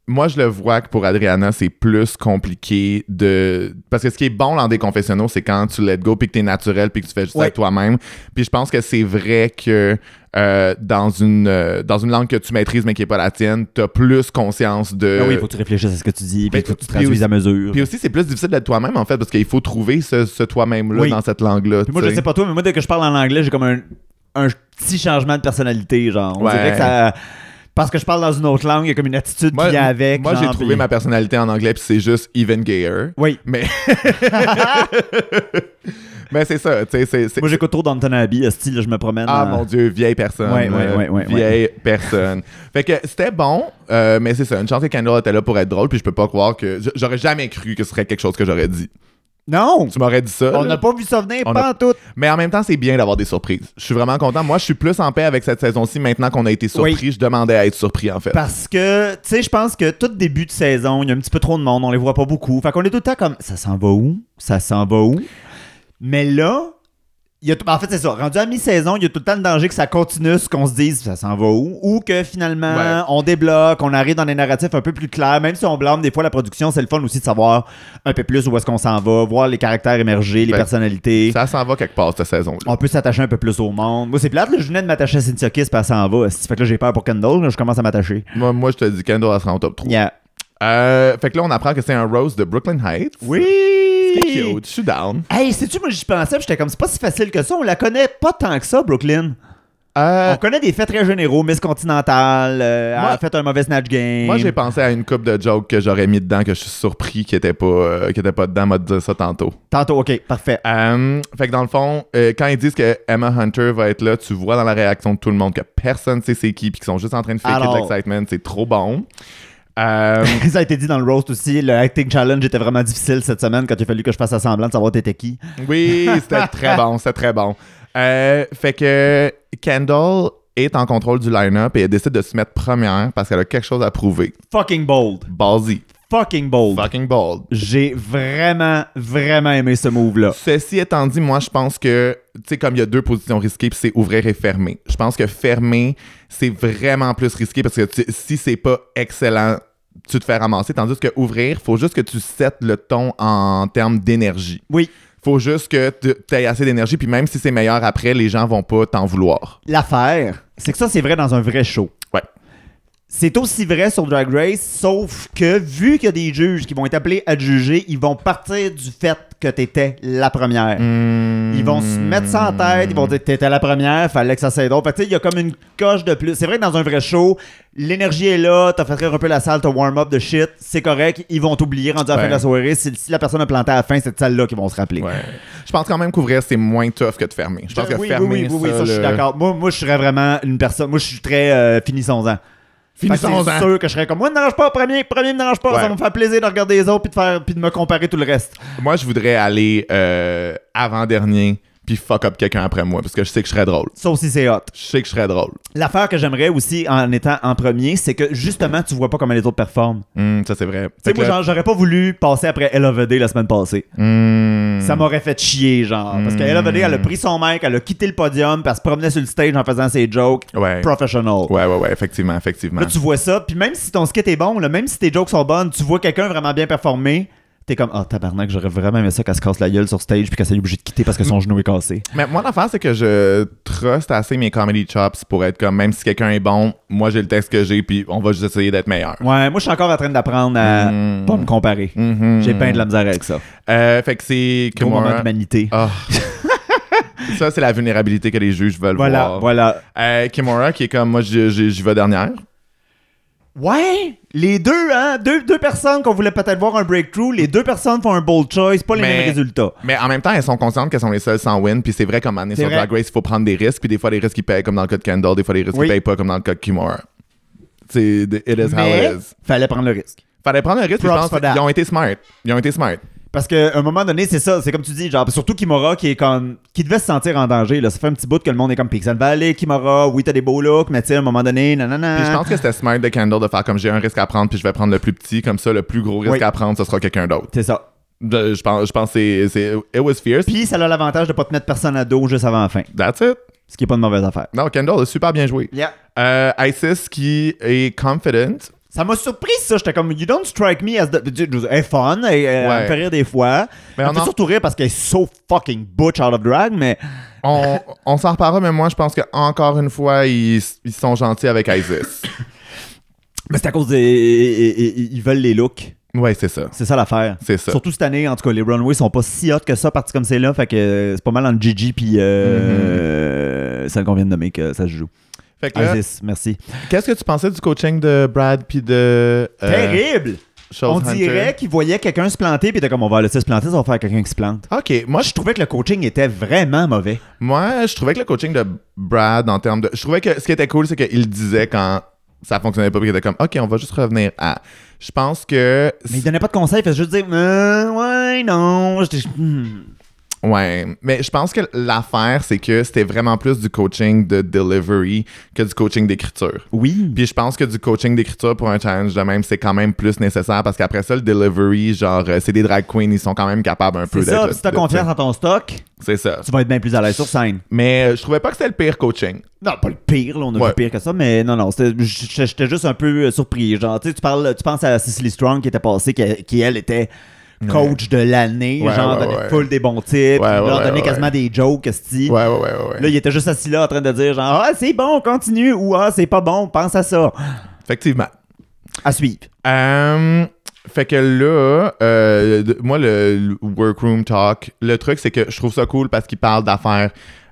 moi, je le vois que pour Adriana, c'est plus compliqué de. Parce que ce qui est bon dans des confessionnaux, c'est quand tu let go puis que t'es naturel puis que tu fais juste Ouais. avec toi-même. Puis je pense que c'est vrai que euh, dans, une, euh, dans une langue que tu maîtrises mais qui est pas la tienne, t'as plus conscience de. Ah oui, il faut que tu réfléchisses à ce que tu dis, puis ben, il faut que tu Euh, puis traduises aussi- à mesure. Puis aussi, c'est plus difficile d'être toi-même en fait parce qu'il faut trouver ce, ce toi-même-là Oui. dans cette langue-là. Puis moi, je sais pas toi, mais moi, dès que je parle en anglais, j'ai comme un, un petit changement de personnalité, genre. On Ouais. dirait que ça... Parce que je parle dans une autre langue, il y a comme une attitude qui vient avec. Moi, j'ai genre, trouvé puis- ma personnalité en anglais puis c'est juste even gayer. Oui. Mais. mais Ben, c'est ça, tu sais, c'est. c'est- Moi, j'écoute trop Downton Abbey, style, je me promène. Ah en- mon Dieu, vieille personne. Ouais, ouais, euh, ouais, ouais, vieille personne. Fait que c'était bon, euh, mais c'est ça. Une chance que Kendall était là pour être drôle, puis je peux pas croire que. j- J'aurais jamais cru que ce serait quelque chose que j'aurais dit. Non! Tu m'aurais dit ça. On là. n'a pas vu ça venir, On pas a- en tout. Mais en même temps, c'est bien d'avoir des surprises. Je suis vraiment content. Moi, je suis plus en paix avec cette saison-ci maintenant qu'on a été surpris. Je demandais à être surpris, en fait. Parce que, tu sais, je pense que tout début de saison, il y a un petit peu trop de monde, on les voit pas beaucoup. Fait qu'on est tout le temps comme, ça s'en va où? Ça s'en va où? Mais là, il y a tout- en fait, c'est ça. Rendu à mi-saison, il y a tout le temps le danger que ça continue, ce qu'on se dise, ça s'en va où? Ou que finalement, Ouais. on débloque, on arrive dans des narratifs un peu plus clairs. Même si on blâme des fois la production, c'est le fun aussi de savoir un peu plus où est-ce qu'on s'en va, voir les caractères émerger, les Ben, personnalités. Ça s'en va quelque part, cette saison-là. On peut s'attacher un peu plus au monde. Moi, c'est plate, là, je venais de m'attacher à Cynthia Kiss, puis elle s'en va. Fait que là, j'ai peur pour Kendall, là, je commence à m'attacher. Moi, moi, je te dis, Kendall, elle sera en top 3. Yeah. Euh, fait que là, on apprend que c'est un Rose de Brooklyn Heights. Oui! C'est cute. Je suis down. Hey, sais-tu, moi, j'y pensais, puis j'étais comme, c'est pas si facile que ça, on la connaît pas tant que ça, Brooklyn. Euh, On connaît des faits très généraux, Miss Continental, euh, Moi- elle a fait un mauvais Snatch Game. Moi, j'ai pensé à une coupe de jokes que j'aurais mis dedans, que je suis surpris qu'il était pas, euh, qu'il était pas dedans, m'a dit ça tantôt. Tantôt, ok, parfait. (laughs) Euh, fait que dans le fond, euh, quand ils disent que Emma Hunter va être là, tu vois dans la réaction de tout le monde que personne sait c'est qui, puis qu'ils sont juste en train de faire de Alors- l'excitement, c'est trop bon. Euh, Ça a été dit dans le roast aussi, le acting challenge était vraiment difficile cette semaine quand il a fallu que je fasse à semblant de savoir t'étais qui. Oui, c'était très bon, c'était très bon. Euh, fait que Kendall est en contrôle du line-up et elle décide de se mettre première parce qu'elle a quelque chose à prouver. Fucking bold. Ballsy. Fucking bold. Fucking bold. J'ai vraiment, vraiment aimé ce move-là. Ceci étant dit, moi, je pense que, tu sais, comme il y a deux positions risquées, puis c'est ouvrir et fermer. Je pense que fermer, c'est vraiment plus risqué parce que tu- si c'est pas excellent, tu te fais ramasser. Tandis que ouvrir, faut juste que tu settes le ton en termes d'énergie. Oui. Faut juste que tu aies assez d'énergie, puis même si c'est meilleur après, les gens vont pas t'en vouloir. L'affaire, c'est que ça, c'est vrai dans un vrai show. Ouais. C'est aussi vrai sur Drag Race, sauf que vu qu'il y a des juges qui vont être appelés à te juger, ils vont partir du fait que t'étais la première. Ils vont se Hmm. mettre ça en tête, ils vont dire t'étais la première, fallait que ça s'aide d'autres. Fait que tu sais, il y a comme une coche de plus. C'est vrai que dans un vrai show, l'énergie est là, t'as fait rire un peu la salle, t'as warm-up de shit, c'est correct, ils vont t'oublier rendu à la fin Ouais. de la soirée. Si, si la personne a planté à la fin, c'est de celle-là qu'ils vont se rappeler. Ouais. Je pense quand même qu'ouvrir, c'est moins tough que de fermer. Je pense que Euh, Ben oui, oui, fermer, oui, oui, oui, ça, ça, je suis le- d'accord. Moi, moi, je serais vraiment une personne. Moi, je suis très euh, finissons-en. Finissons-en. Fait que C'est sûr que je serais comme moi, ne dérange pas, premier, premier, ne dérange pas. Ouais. Ça va me faire plaisir de regarder les autres puis de faire puis de me comparer tout le reste. Moi, je voudrais aller euh, avant-dernier, puis fuck up quelqu'un après moi, parce que je sais que je serais drôle. Ça aussi, c'est hot. Je sais que je serais drôle. L'affaire que j'aimerais aussi en étant en premier, c'est que justement, tu vois pas comment les autres performent. Hum, ça, c'est Tu vrai. Fait sais, que moi, là- genre, j'aurais pas voulu passer après LOVD la semaine passée. Hum. Ça m'aurait fait chier, genre. Parce que LOVD, Hmm. elle a pris son mic, elle a quitté le podium, puis elle se promenait sur le stage en faisant ses jokes. Ouais. Professional. ouais, ouais, ouais, effectivement, effectivement. Là, tu vois ça, puis même si ton skit est bon, là, même si tes jokes sont bonnes, tu vois quelqu'un vraiment bien performer, t'es comme, ah, tabarnak, j'aurais vraiment aimé ça qu'elle se casse la gueule sur stage puis qu'elle soit obligée de quitter parce que Mm. son genou est cassé. Mais moi, l'affaire, c'est que je trust assez mes comedy chops pour être comme, même si quelqu'un est bon, moi, j'ai le texte que j'ai, puis on va juste essayer d'être meilleur. Ouais, moi, je suis encore en train d'apprendre à Mm. pas me comparer. Mhm. J'ai bien de la misère avec ça. Euh, fait que c'est... Gros moment Kimura- d'humanité. Ah. (laughs) ça, c'est la vulnérabilité que les juges veulent Voilà, voir. voilà. Euh, Kimura, qui est comme, moi, je- je- j'y vais dernière. Ouais, les deux, hein, deux, deux personnes qu'on voulait peut-être voir un breakthrough, les deux personnes font un bold choice, pas les Mais- mêmes résultats. Mais en même temps, elles sont conscientes qu'elles sont les seules sans win. Puis c'est vrai, comme année C'est sur vrai. Drag Race, il faut prendre des risques. Puis des fois, les risques, ils payent, comme dans le cas de Kendall. Des fois, les risques, Oui. ils payent pas, comme dans le cas de Kimura. C'est it is Mais, how it is. fallait prendre le risque. Fallait prendre un risque. puis Props Je for pense that. qu'ils ont été smart. Ils ont été smart. Parce qu'à un moment donné, c'est ça, c'est comme tu dis, genre, surtout Kimura qui est comme. qui devait se sentir en danger, là. Ça fait un petit bout que le monde est comme Pixel Valley, Kimura, oui, t'as des beaux looks, mais tu sais, à un moment donné, nanana. Puis je pense que c'était smart de Kendall de faire comme j'ai un risque à prendre, puis je vais prendre le plus petit. Comme ça, le plus gros risque Oui. à prendre, ce sera quelqu'un d'autre. C'est ça. De- Je pense, je pense que c'est, c'est- It was fierce. Puis ça a l'avantage de pas te mettre personne à dos juste avant la fin, That's it. ce qui est pas une mauvaise affaire. Non, Kendall a super bien joué. Yeah. Euh, Isis qui est confident. Ça m'a surpris, ça. J'étais comme, You don't strike me as. the- Elle est fun, elle, elle Ouais. me fait rire des fois. Mais elle on me fait en- surtout rire parce qu'elle est so fucking butch out of drag, mais. On, on s'en reparlera, mais moi, je pense que encore une fois, ils, ils sont gentils avec Isis. Mais c'est à cause des. Ils veulent les looks. Ouais, c'est ça. C'est ça l'affaire. C'est ça. Surtout cette année, en tout cas, les runways sont pas si hot que ça, partis comme c'est là. Fait que euh, c'est pas mal en Gigi puis euh, Mm-hmm. celle qu'on vient de nommer que ça se joue. Fait que là, Isis, merci. qu'est-ce que tu pensais du coaching de Brad puis de. euh, Terrible! Charles on Hunter? dirait qu'il voyait quelqu'un se planter puis était comme on va laisser se planter, ça va faire quelqu'un qui se plante. Ok, moi Moi, je, je trouvais que le coaching était vraiment mauvais. moi, je trouvais que le coaching de Brad en termes de. Je trouvais que ce qui était cool, c'est qu'il disait quand ça fonctionnait pas, puis il était comme, ok, on va juste revenir à. Je pense que. Mais il donnait pas de conseils, il faisait juste dire Euh, ouais, non. J'étais- hmm. Ouais, mais je pense que l'affaire, c'est que c'était vraiment plus du coaching de delivery que du coaching d'écriture. Oui. Puis je pense que du coaching d'écriture pour un challenge de même, c'est quand même plus nécessaire parce qu'après ça, le delivery, genre, euh, c'est des drag queens, ils sont quand même capables un peu C'est ça, d'être- si t'as de- confiance en ton stock, C'est ça. tu vas être bien plus à l'aise sur scène. Mais euh, je trouvais pas que c'était le pire coaching. Non, pas le pire, là, on a Ouais. vu pire que ça, mais non, non, c'était- j- j- j'étais juste un peu euh, surpris. Genre, tu sais, tu parles, tu penses à Cicely Strong qui était passée, qui, qui, elle était coach de l'année, Ouais, genre, ouais, donnait ouais. full des bons tips, Ouais, ouais, leur ouais, donnait ouais. quasiment des jokes, esti. Ouais, ouais, ouais, ouais. Là, il était juste assis là en train de dire, genre, ah, c'est bon, continue, ou ah, c'est pas bon, pense à ça. Effectivement. À suivre. Euh, fait que là, euh, de- moi, le, le workroom talk, le truc, c'est que je trouve ça cool parce qu'il parle d'affaires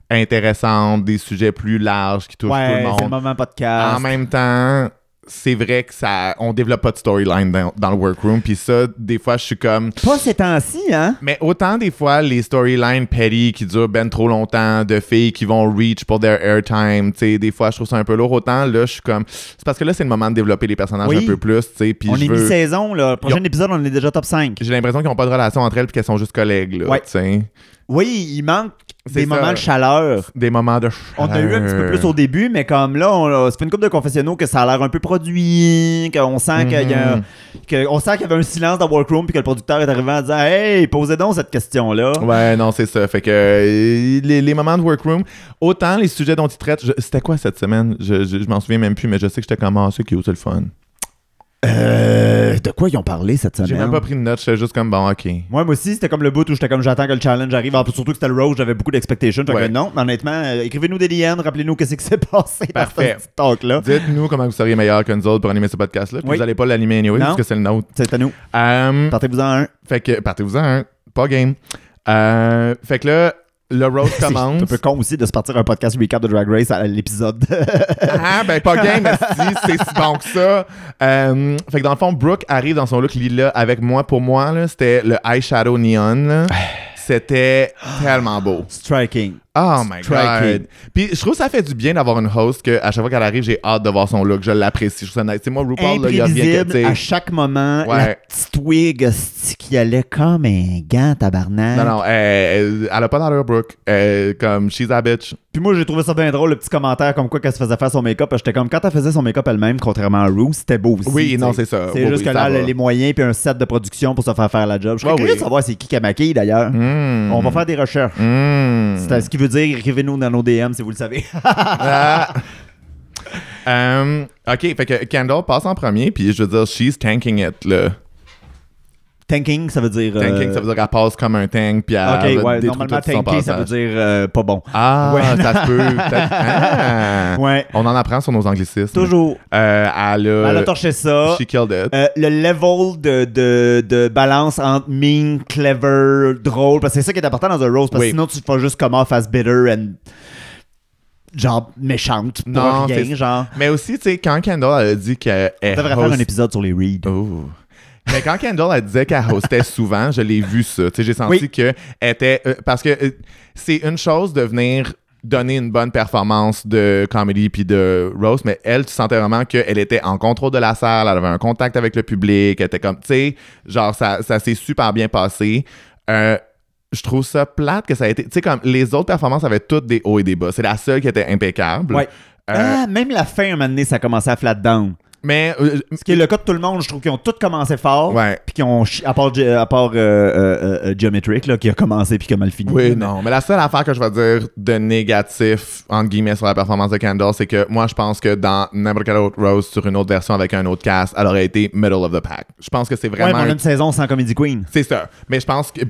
intéressantes, des sujets plus larges qui touchent tout Ouais, le Ah, c'est le monde. Ah, moment En podcast. même temps, c'est vrai que ça, on développe pas de storyline dans, dans le workroom. Puis ça, des fois, je suis comme. Pas ces temps-ci, hein? Mais autant des fois, les storylines petty qui durent ben trop longtemps, de filles qui vont reach pour their airtime, tu sais, des fois, je trouve ça un peu lourd. Autant là, je suis comme. C'est parce que là, c'est le moment de développer les personnages Oui. un peu plus, tu sais. Puis on je est veux- mi-saison, là. Le prochain épisode, on est déjà top 5. J'ai l'impression qu'ils n'ont pas de relation entre elles puis qu'elles sont juste collègues, là, Ouais. tu sais. Oui, il manque C'est des ça. moments de chaleur. Des moments de On a eu un petit peu plus au début, mais comme là, on, a- ça fait une couple de confessionnaux que ça a l'air un peu produit, qu'on sent qu'il y a, Mhm. que- on sent qu'il y avait un silence dans Workroom puis que le producteur est arrivé en disant Hey, posez donc cette question-là. (laughs) Ouais, non, c'est ça. Fait que euh, les, les moments de workroom, autant les sujets dont ils traitent, je- c'était quoi cette semaine? Je, je, je m'en souviens même plus, mais je sais que j'étais comme, ah, c'est cute, c'est le fun. Euh, de quoi ils ont parlé cette semaine J'ai même pas pris de notes, j'étais juste comme, bon, ok. Moi, moi aussi, c'était comme le bout où j'étais comme j'attends que le challenge arrive. En plus, surtout que c'était le Rose, j'avais beaucoup d'expectations. Fait que Ouais. non, mais honnêtement, euh, écrivez-nous des liens, rappelez-nous qu'est-ce qui s'est (laughs) passé Parfait. dans ce petit talk-là. Dites-nous comment vous seriez meilleur que nous autres pour animer ce podcast-là. Puis Oui. vous allez pas l'animer anyway, Non. parce que c'est le nôtre. C'est à nous. Euh, Partez-vous-en un. fait que, partez-vous-en, hein. pas game. Euh, fait que là, le road (laughs) C'est c'est commence. un peu con aussi de se partir un podcast recap de Drag Race à l'épisode. (laughs) Ah, ben pas game, esti, c'est si bon que ça. Euh, fait que dans le fond, Brooke arrive dans son look lila avec moi. Pour moi, là, c'était le eyeshadow neon. là. C'était tellement beau. Striking. Oh my Striking. god. Puis je trouve que ça fait du bien d'avoir une host que à chaque fois qu'elle arrive, j'ai hâte de voir son look. Je l'apprécie. Je trouve ça nice. Tu sais, moi, RuPaul, là, il y a bien que, Imprévisible tu à sais, chaque moment. Ouais. La petite twig hostie, qui allait comme un gant tabarnak. Non, non, euh, elle a pas d'allure, Brooke. Euh, comme, she's a bitch. Puis moi, j'ai trouvé ça bien drôle, le petit commentaire comme quoi qu'elle se faisait faire son make-up. Parce que J'étais comme, quand elle faisait son make-up elle-même, contrairement à Rue, c'était beau aussi. Oui, tu non, sais. c'est ça. C'est Oui, juste oui, que ça là, va. elle a les moyens puis un set de production pour se faire faire la job. Je suis Ouais, curieux oui. de savoir c'est qui qui a maquillé d'ailleurs. Hmm. On va faire des recherches. Hmm. C'est Ce qui veut dire, écrivez-nous dans nos DM si vous le savez. (laughs) Ah. Euh, ok, fait que Kendall passe en premier, puis je veux dire, she's tanking it, là. tanking, ça veut dire. euh, Tanking, ça veut dire euh, qu'elle passe comme un tank, puis elle Ok, va ouais, détruire normalement, tout son tanker, ça veut passage. dire euh, pas bon. Ah, Ouais. ça (laughs) se peut. peut-être. Ah. Ouais. On en apprend sur nos anglicismes. Toujours. Ben, Euh, elle a... Elle a torché ça. She killed it. Euh, le level de, de, de balance entre mean, clever, drôle, parce que c'est ça qui est important dans un rose, parce que Oui. sinon tu fais juste comme off as bitter and genre méchante pour Non, rien, c'est- genre. Mais aussi, tu sais, quand Kendall elle a dit qu'elle On devrait faire un épisode sur les reads. Oh. Mais quand Kendall, elle disait qu'elle (laughs) hostait souvent, je l'ai vu ça. Tu sais, j'ai senti Oui. que elle était. euh, parce que euh, c'est une chose de venir donner une bonne performance de comedy puis de Rose, mais elle, tu sentais vraiment qu'elle était en contrôle de la salle, elle avait un contact avec le public, elle était comme. Tu sais, genre, ça, ça s'est super bien passé. Euh, je trouve ça plate que ça a été. Tu sais, comme les autres performances avaient toutes des hauts et des bas. C'est la seule qui était impeccable. Ouais. Euh, Ah, même la fin, un moment donné, ça commençait à flat down. Mais. euh, Ce qui est le cas de tout le monde, je trouve qu'ils ont tous commencé fort. ouais. Puis qu'ils ont, chi- à part, Ge- à part euh, euh, euh, Geometric, là, qui a commencé puis qui a mal fini. Oui, non. Mais la seule affaire que je vais dire de négatif, entre guillemets, sur la performance de Kendall, c'est que moi, je pense que dans n'importe quelle autre Rose, sur une autre version avec un autre cast, elle aurait été middle of the pack. Je pense que c'est Ouais, mais vraiment. on a un- une saison sans Comedy Queen. C'est ça. Mais je pense que,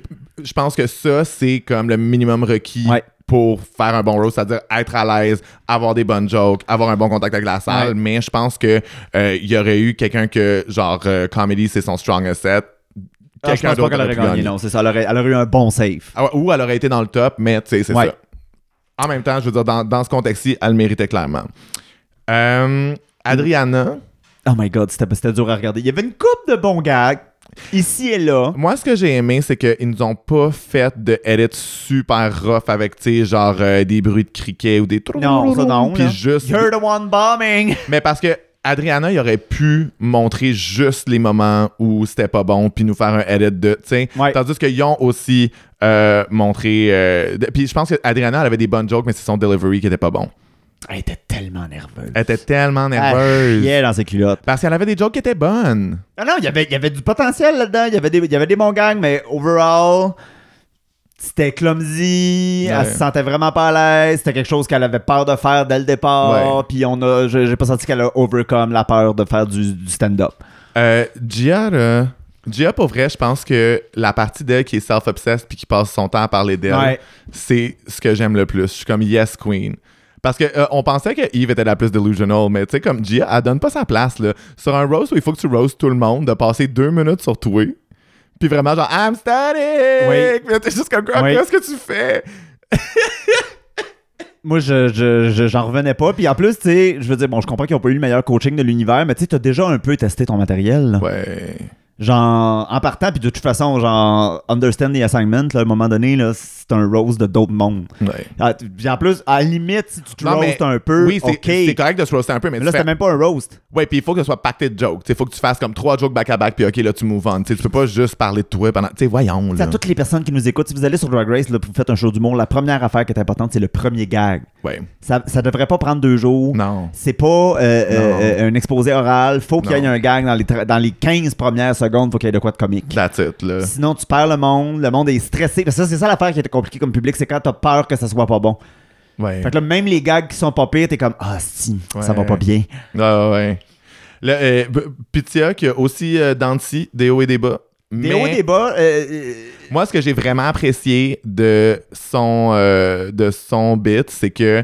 je pense que ça, c'est comme le minimum requis. Ouais. Pour faire un bon rose, c'est-à-dire être à l'aise, avoir des bonnes jokes, avoir un bon contact avec la salle. Ouais. Mais je pense que euh, il y aurait eu quelqu'un que, genre, euh, comedy, c'est son strongest set. Ah, je pense pas qu'elle aurait pu gagné, gagner. non, c'est ça. Elle aurait, elle aurait eu un bon save. Ah ouais, Ou elle aurait été dans le top, mais tu sais, c'est Ouais. ça. En même temps, je veux dire, dans, dans ce contexte-ci, elle le méritait clairement. Euh, Adriana, Oh my god, c'était c'était dur à regarder. Il y avait une coupe de bons gags, ici et là. moi, ce que j'ai aimé, c'est qu'ils nous ont pas fait de edit super rough avec, tu sais, genre euh, des bruits de criquets ou des trucs. Non, ça non. Puis là. juste. You're the one bombing! Mais parce que Adriana, il aurait pu montrer juste les moments où c'était pas bon, puis nous faire un edit de, tu sais. Ouais. Tandis qu'ils ont aussi euh, montré. euh, de- puis je pense que Adriana, elle avait des bonnes jokes, mais c'est son delivery qui était pas bon. Elle était tellement nerveuse. Elle était Ah, tellement Elle nerveuse. chiait dans ses culottes. Parce qu'elle avait des jokes qui étaient bonnes. Ah Non, non, il y avait, il y avait du potentiel là-dedans. Il y, avait des, il y avait des bons gangs, mais overall, c'était clumsy. Ouais. Elle se sentait vraiment pas à l'aise. C'était quelque chose qu'elle avait peur de faire dès le départ. Ouais. Puis on a, je- j'ai pas senti qu'elle a overcome la peur de faire du, du stand-up. Euh, Gia, là, Gia, pour vrai, je pense que la partie d'elle qui est self-obsessed puis qui passe son temps à parler d'elle, Ouais. c'est ce que j'aime le plus. Je suis comme Yes Queen. Parce que euh, on pensait que Yves était la plus delusional, mais tu sais, comme Gia, elle donne pas sa place. Là. Sur un roast où il faut que tu roast tout le monde, de passer deux minutes sur toi, puis vraiment genre I'm static! Oui. Puis là, t'es juste comme, Oui. qu'est-ce que tu fais? Moi, je, je- je- j'en revenais pas. Puis en plus, tu sais, je veux dire, bon, je comprends qu'ils ont pas eu le meilleur coaching de l'univers, mais tu sais, t'as déjà un peu testé ton matériel. là. Ouais. Genre, en partant, puis de toute façon, genre, understand the assignment, là, à un moment donné, là, c'est un rose de d'autres mondes. Ouais. Ah, t- Puis en plus, à la limite, si tu te Non, mais- roastes un peu, oui, c'est ok. c'est correct de se roaster un peu, mais Mais là, tu c'était fais- même pas un roast. Ouais, puis il faut que ce soit pacté de jokes. Il faut que tu fasses comme trois jokes back-à-back, puis OK, là, tu move on. T'sais, tu peux pas juste parler de toi pendant. Tu sais, voyons, Tu sais, là. à toutes les personnes qui nous écoutent, si vous allez sur Drag Race, là, puis vous faites un show d'humour, la première affaire qui est importante, c'est le premier gag. Ouais. Ça, ça devrait pas prendre deux jours. Non. C'est pas euh, euh, euh, un exposé oral. Faut qu'il y ait Non. un gag dans les, tra- dans les 15 premières secondes. Faut qu'il y ait de quoi de comique. That's it, là. Sinon, tu perds le monde. Le monde est stressé. Parce que ça, c'est ça l'affaire qui est compliquée comme public. C'est quand t'as peur que ça soit pas bon. Ouais. Fait que là, même les gags qui sont pas pires, t'es comme Ah, si, ça va Ouais. pas bien. Ouais, ouais, ouais. Là, euh, B- Pitya, qui a aussi euh, Danti, des hauts et des bas. Des Mais hauts et des bas. euh, euh, Moi, ce que j'ai vraiment apprécié de son, euh, de son bit, c'est que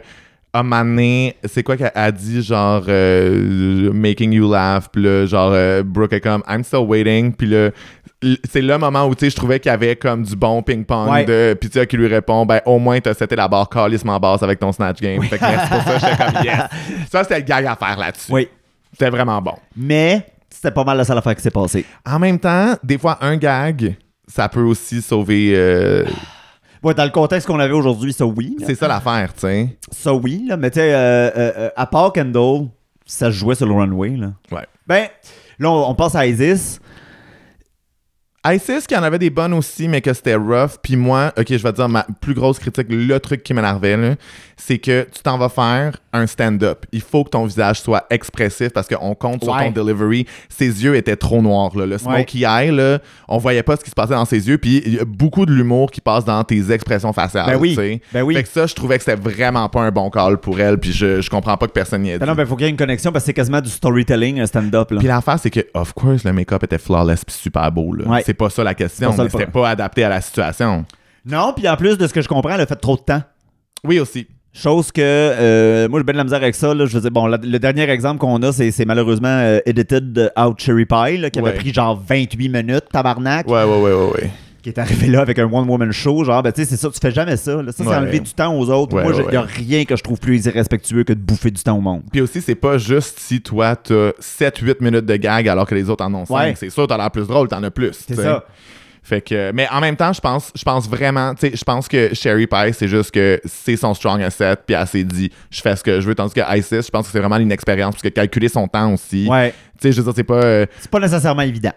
à un moment donné, c'est quoi qu'elle a dit, genre, euh, making you laugh, puis là, genre, euh, Brooke est comme, I'm still waiting, puis là, l- c'est le moment où, tu sais, je trouvais qu'il y avait comme du bon ping-pong Ouais. de Pitya qui lui répond, ben, au moins, t'as seté la barre calissement basse avec ton snatch game. Fait que merci pour ça, j'étais comme, yes. Ça, c'était le gag à faire là-dessus. oui. C'était vraiment bon. Mais c'était pas mal la seule affaire qui s'est passée. En même temps, des fois, un gag, ça peut aussi sauver. euh, Ouais, dans le contexte qu'on avait aujourd'hui, ça oui. là. c'est ça l'affaire, tu sais. Ça oui, là. Mais tu sais, euh, euh, euh, à part Kendall, ça se jouait sur le runway, là. Ouais. Ben, là, on, on passe à Isis. ISIS qui en avait des bonnes aussi, mais que c'était rough. Puis moi, ok, je vais te dire ma plus grosse critique, le truc qui m'énervait, là, c'est que tu t'en vas faire un stand-up. Il faut que ton visage soit expressif parce qu'on compte sur Ouais. ton delivery. Ses yeux étaient trop noirs, là. Le smoky eye, là, on voyait pas ce qui se passait dans ses yeux. Puis il y a beaucoup de l'humour qui passe dans tes expressions faciales. Ben oui. Ah, tu sais. Ben oui. Fait que ça, je trouvais que c'était vraiment pas un bon call pour elle. Puis je, je comprends pas que personne n'y ait Ben dit. non, ben, faut qu'il y ait une connexion parce que c'est quasiment du storytelling, un stand-up, là. Puis l'affaire, c'est que, of course, le make-up était flawless puis super beau. là. Ouais. C'est pas ça la question. C'est pas ça mais le C'était pas adapté à la situation. Non, puis en plus de ce que je comprends, elle a fait trop de temps. Oui, aussi. Chose que, euh, moi, j'ai bien de la misère avec ça. Là, je veux dire, bon, la- le dernier exemple qu'on a, c'est c'est malheureusement euh, Edited Out Cherry Pie, là, qui avait Ouais. pris genre 28 minutes, tabarnak, Ouais, ouais, ouais, ouais. ouais. qui est arrivé là avec un One Woman Show. Genre, ben, tu sais, c'est ça, tu fais jamais ça. là. Ça, c'est Ouais. enlever du temps aux autres. Ouais, moi, il ouais, n'y a rien que je trouve plus irrespectueux que de bouffer du temps au monde. Puis aussi, c'est pas juste si toi, t'as 7-8 minutes de gag alors que les autres en ont 5. Ouais. C'est sûr, t'as l'air plus drôle, t'en as plus. C'est t'sais. ça. Fait que, mais en même temps, je pense, je pense vraiment, tu sais, je pense que Sherry Pie, c'est juste que c'est son strong asset, puis elle s'est dit, je fais ce que je veux, tandis que Isis, je pense que c'est vraiment une expérience, parce que calculer son temps aussi, Ouais. tu sais, je veux dire, c'est pas, euh, C'est pas nécessairement évident.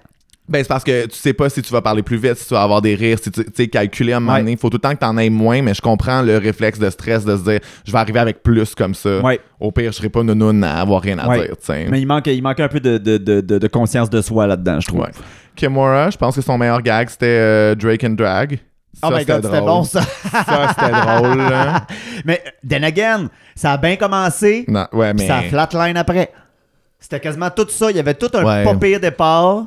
Ben, c'est parce que tu sais pas si tu vas parler plus vite, si tu vas avoir des rires, si tu tu sais, calculer à un moment Ouais. donné. Faut tout le temps que t'en aies moins, mais je comprends le réflexe de stress de se dire, je vais arriver avec plus comme ça. Ouais. Au pire, je serai pas nounoun à avoir rien à Ouais. dire, tu sais. Mais il manque, il manque un peu de, de- de- de- de conscience de soi là-dedans, je trouve. Ouais. Kimura, je pense que son meilleur gag, c'était euh, Drake and Drag. Oh my god, c'était bon ça. ça, c'était drôle. (laughs) là. Mais then again, ça a bien commencé, Non, ouais, puis mais... ça a flatline après. C'était quasiment tout ça. Il y avait tout un Ouais. pas pire départ.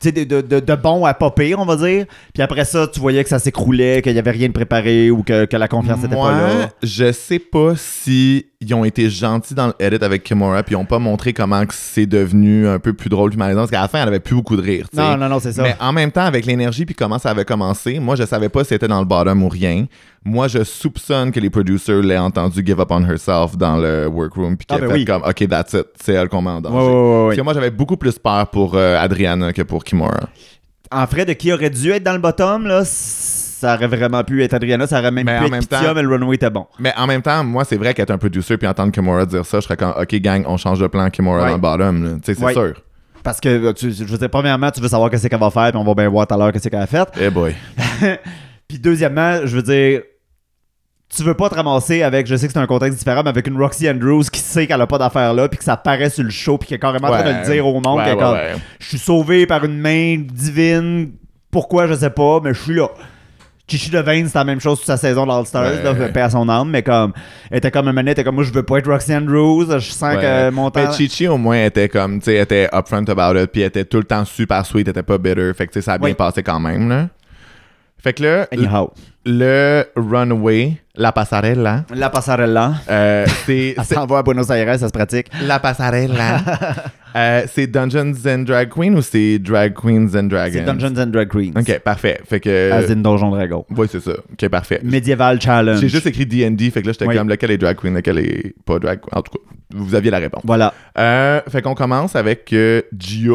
Tu sais, de, de, de- de bon à pas pire, on va dire. Puis après ça, tu voyais que ça s'écroulait, qu'il n'y avait rien de préparé ou que, que la confiance n'était Moi, pas là. je sais pas si ils ont été gentils dans le edit avec Kimura puis ils ont pas montré comment que c'est devenu un peu plus drôle puis malaisant parce qu'à la fin elle avait plus beaucoup de rire. tu sais. Non, non, non, c'est ça. Mais en même temps avec l'énergie puis comment ça avait commencé, moi je savais pas si c'était dans le bottom ou rien. Moi je soupçonne que les producers l'aient entendu give up on herself dans le workroom puis Ah, qu'elle ben fait oui. comme ok that's it, c'est elle qu'on met en danger. Ouais, ouais, ouais, ouais. Parce que moi j'avais beaucoup plus peur pour euh, Adriana que pour Kimura. En vrai, de qui aurait dû être dans le bottom, là, ça aurait vraiment pu être Adriana, ça aurait même Mais pu en être même Pitya, temps- mais le runway était bon. Mais en même temps, moi, c'est vrai qu'être un producer puis entendre Kimura dire ça, je serais comme, OK, gang, on change de plan, Kimura Ouais. dans le bottom. là. Tu sais, c'est Ouais. sûr. Parce que, euh, tu- je veux dire, premièrement, tu veux savoir qu'est-ce qu'elle va faire, puis on va bien voir tout à l'heure qu'est-ce qu'elle a fait. Eh boy. Puis deuxièmement, je veux dire, tu veux pas te ramasser avec, je sais que c'est un contexte différent, mais avec une Roxy Andrews qui sait qu'elle a pas d'affaire là, puis que ça paraît sur le show, puis qui est carrément en train de le dire au monde, Ouais, qu'elle est ouais, comme, ouais. je suis sauvé par une main divine, pourquoi je sais pas, mais je suis là. Chichi Devane, c'est la même chose sur sa saison de All-Stars, Ouais. là, fait paix à son âme, mais comme, elle était comme un manette, elle était comme, moi je veux pas être Roxy Andrews, je sens Ouais. que mon temps. Mais Chichi, au moins, était comme, tu sais, était upfront about it, puis était tout le temps super sweet, était pas bitter. Fait que, tu sais, ça a bien Oui. passé quand même, là. Fait que là, le, Anyhow. le runway, la passarella, La passarella. (laughs) euh, c'est Elle s'en va à Buenos Aires, ça se pratique. (laughs) la passarella. Euh, c'est Dungeons and Drag Queen ou c'est Drag Queens and Dragons? C'est Dungeons Ah, and Drag Queens. Ok, parfait. Fait que. As in Donjon Dragon. Oui, c'est ça. Ok, parfait. Medieval Challenge. Euh, J'ai juste écrit D&D, fait que là, j'étais Oui. comme lequel est drag queen, lequel est pas drag queen. En tout cas, vous aviez la réponse. Voilà. Euh, fait qu'on commence avec euh, Gia.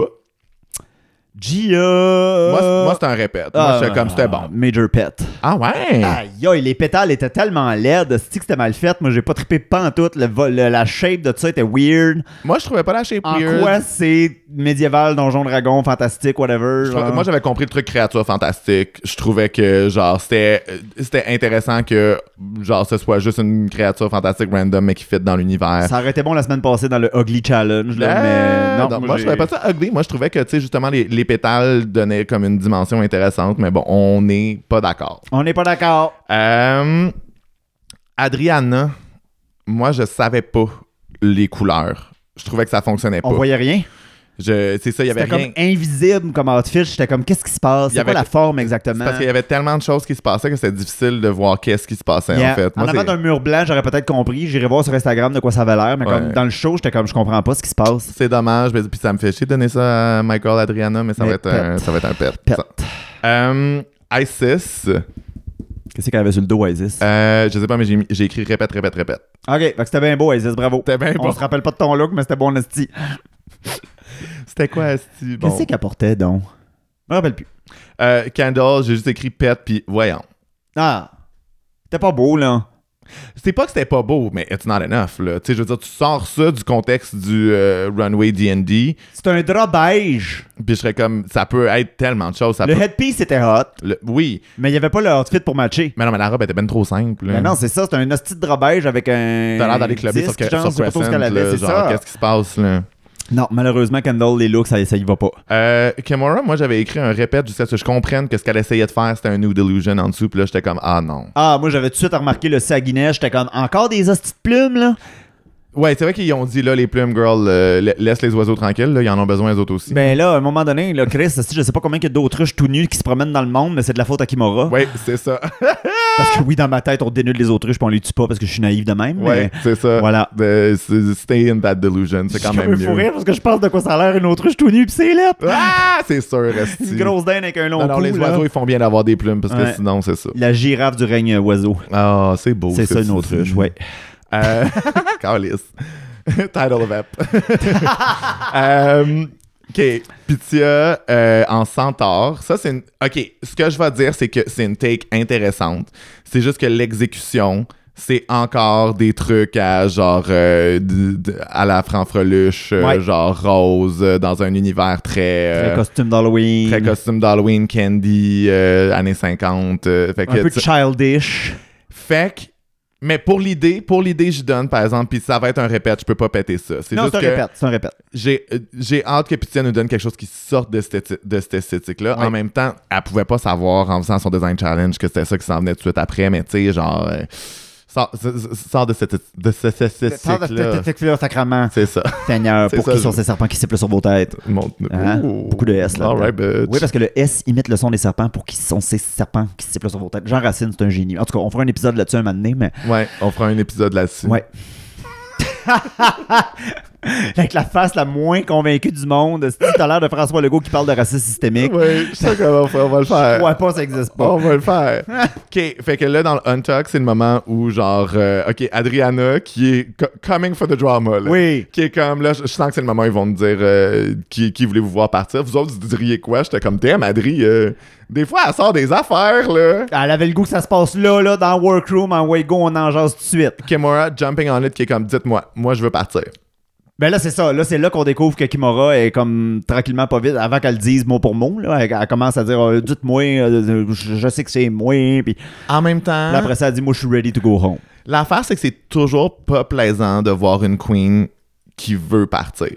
Gia. Moi, Euh, c- moi, c'est un répète. ah, Moi, j'étais comme, c'était bon. Major Pet. Ah ouais? Aïe, aïe, les pétales étaient tellement laides. cest que c'était mal fait? Moi, j'ai pas trippé pantoute. Le, vo- le- la shape de tout ça était weird. Moi, je trouvais pas la shape En weird. quoi c'est médiéval, donjon, dragon, fantastique, whatever? Je trouvais- genre? Moi, j'avais compris le truc créature fantastique. Je trouvais que, genre, c'était euh, c'était intéressant que, genre, ce soit juste une créature fantastique random, mais qui fit dans l'univers. Ça aurait été bon la semaine passée dans le Ugly Challenge, là, mais Euh, non, non, moi, je trouvais pas ça ugly. Moi, je trouvais que, tu sais, justement, les, les pétales donnaient comme une dimension intéressante, mais bon, on n'est pas d'accord. On n'est pas d'accord. Euh, Adriana, moi, je savais pas les couleurs. Je trouvais que ça fonctionnait pas. On voyait rien. Je- C'est ça, il y avait C'était rien. comme invisible comme outfit. J'étais comme, qu'est-ce qui se passe? Il y C'est quoi avait- la forme C'est exactement? Parce qu'il y avait tellement de choses qui se passaient que c'était difficile de voir qu'est-ce qui se passait, Yeah. en fait. Moi, avant c'est- d'un mur blanc, j'aurais peut-être compris. J'irai voir sur Instagram de quoi ça avait l'air. Mais comme Ouais. dans le show, j'étais comme, je comprends pas ce qui se passe. c'est dommage, mais- puis ça me fait chier de donner ça à Michael Adriana, mais ça, Mais va, être un, ça va être un pet. Pet. Ça- Euh, Isis, Qu'est-ce qu'elle avait sur le dos, Isis? euh, je sais pas, mais j'ai mis- j'ai écrit répète, répète, répète. Ok, fait que c'était bien beau, Isis, bravo. C'était bien On bon. se rappelle pas de ton look, mais c'était bon, Nasty. C'était quoi, Asti? Bon. Qu'est-ce qu'elle portait donc? Je me rappelle plus. Euh, Candle, j'ai juste écrit pet, puis voyons. Ah! C'était pas beau, là. C'est pas que c'était pas beau, mais it's not enough. Là. Tu sais, Je veux dire, tu sors ça du contexte du euh, runway D&D, puis C'était un drap beige. je serais comme, ça peut être tellement de choses. Ça le peut- headpiece était hot, le- Oui, mais il y avait pas le outfit pour matcher. mais non, mais la robe était ben trop simple. là. Mais non, c'est ça, c'était un hostie de drap beige avec un. T'as l'air d'aller clubber sur, disque, genre, sur je sais pas trop ce Crescent, qu'elle avait, là, c'est genre, ça. qu'est-ce qui se passe, là? Non, malheureusement, Kendall, les looks, ça, ça y va pas. Euh, Kimora, moi, j'avais écrit un répète jusqu'à ce que je comprenne que ce qu'elle essayait de faire, c'était un New Delusion en dessous, puis là, j'étais comme, ah non. Ah, moi, j'avais tout de suite remarqué le saguinet. J'étais comme, encore des hosties de plumes, là? Ouais, c'est vrai qu'ils ont dit, là, les plumes, girl, euh, la- laisse les oiseaux tranquilles, là, ils en ont besoin, les autres aussi. Ben là, à un moment donné, là, Chris, hostie, je sais pas combien il y a d'autruches tout nus qui se promènent dans le monde, mais c'est de la faute à Kimora. Ouais, (laughs) c'est ça. Parce que oui, dans ma tête, on dénude les autruches puis on les tue pas parce que je suis naïf de même. ouais, mais c'est ça. voilà. De- c'est- stay in that delusion, c'est quand Je suis même comme un fou mieux. rire parce que je pense de quoi ça a l'air une autruche tout nue puis c'est là. Ah, c'est sûr, esti. Une grosse dinde avec un long Non, non, cou. les là. oiseaux, ils font bien d'avoir des plumes parce que Ouais. sinon, c'est ça. La girafe du règne oiseau. Ah, c'est beau. c'est ce ça que une tu autruche, dis. ouais. Euh, (laughs) Calice. Title of app. (laughs) Euh, OK. Pitya euh, en centaure. Ça, c'est une... OK. Ce que je vais dire, c'est que c'est une take intéressante. C'est juste que l'exécution, c'est encore des trucs à genre... euh, d- d- à la franfreluche, euh, Ouais. genre rose, euh, dans un univers très... euh, Très costume d'Halloween. très costume d'Halloween, candy, euh, années 50. euh, fait que, Un peu tu- childish. fait que- mais pour l'idée, pour l'idée, je donne, par exemple, puis ça va être un répète, je peux pas péter ça. C'est Non, juste c'est un que répète, c'est un répète. j'ai, euh, j'ai hâte que Pitya nous donne quelque chose qui sorte de, cette éthi- de cette esthétique-là. Ouais. En même temps, elle pouvait pas savoir, en faisant son design challenge, que c'était ça qui s'en venait tout de suite après, mais tu sais, genre, euh, sors, s- s- sors de cette, de cette esthétique-là. Sacrement, sacrement, C'est ça. (laughs) Seigneur, C'est pour ça, qui je- sont ces serpents qui sifflent sur vos têtes? Mon- Hein? Ouh. Beaucoup de S là. All right, bitch. Oui, parce que le S imite le son des serpents. Pour qui sont ces serpents qui sifflent sur vos têtes? Jean Racine, c'est un génie. En tout cas, on fera un épisode là-dessus un moment donné, mais Ouais, on fera un épisode là-dessus. ouais. (laughs) Avec la face la moins convaincue du monde. C'est tout à l'heure de François Legault qui parle de racisme systémique. Ouais, je sais qu'on va, on va le faire. Je crois pas, ça existe pas. On va le faire. (laughs) OK. Fait que là, dans le Untuck, c'est le moment où, genre, euh, OK, Adriana, qui est co- coming for the drama, là. Oui. Qui est comme, là, je je sens que c'est le moment où ils vont me dire euh, qui, qui voulez-vous voir partir. Vous autres, vous diriez quoi? J'étais comme, damn, Adri, euh, des fois, elle sort des affaires, là. Elle avait le goût que ça se passe là, là, dans Workroom, en Waygo, on en jase tout de suite. Kimura, jumping on it, qui est comme, dites-moi, moi, je veux partir. Ben là, c'est ça. Là, c'est là qu'on découvre que Kimura est comme tranquillement pas vite, avant qu'elle le dise mot pour mot. Là, elle, elle commence à dire euh, Dites-moi, euh, je, je sais que c'est moi. Puis En même temps, là, après ça, elle dit Moi, je suis ready to go home. l'affaire, c'est que c'est toujours pas plaisant de voir une queen qui veut partir.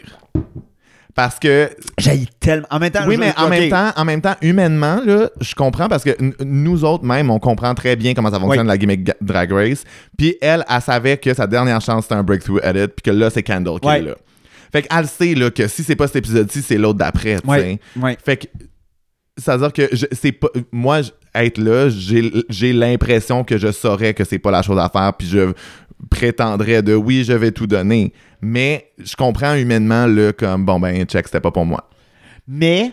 Parce que J'ai tellement. En même temps, Oui, je- mais en ok. même temps, en même temps, humainement, là, je comprends parce que n- nous autres même, on comprend très bien comment ça fonctionne Oui. la gimmick ga- Drag Race. Puis elle, elle savait que sa dernière chance c'était un breakthrough edit, puis que là c'est Candle qui Ouais. est là. Fait qu'elle sait là, que si c'est pas cet épisode-ci, c'est l'autre d'après. tu sais. Ouais, ouais. Fait que ça veut dire que je- c'est pas moi, je- être là, j'ai j'ai l'impression que je saurais que c'est pas la chose à faire, puis je prétendrais de oui, je vais tout donner. Mais je comprends humainement le comme bon ben check, c'était pas pour moi. Mais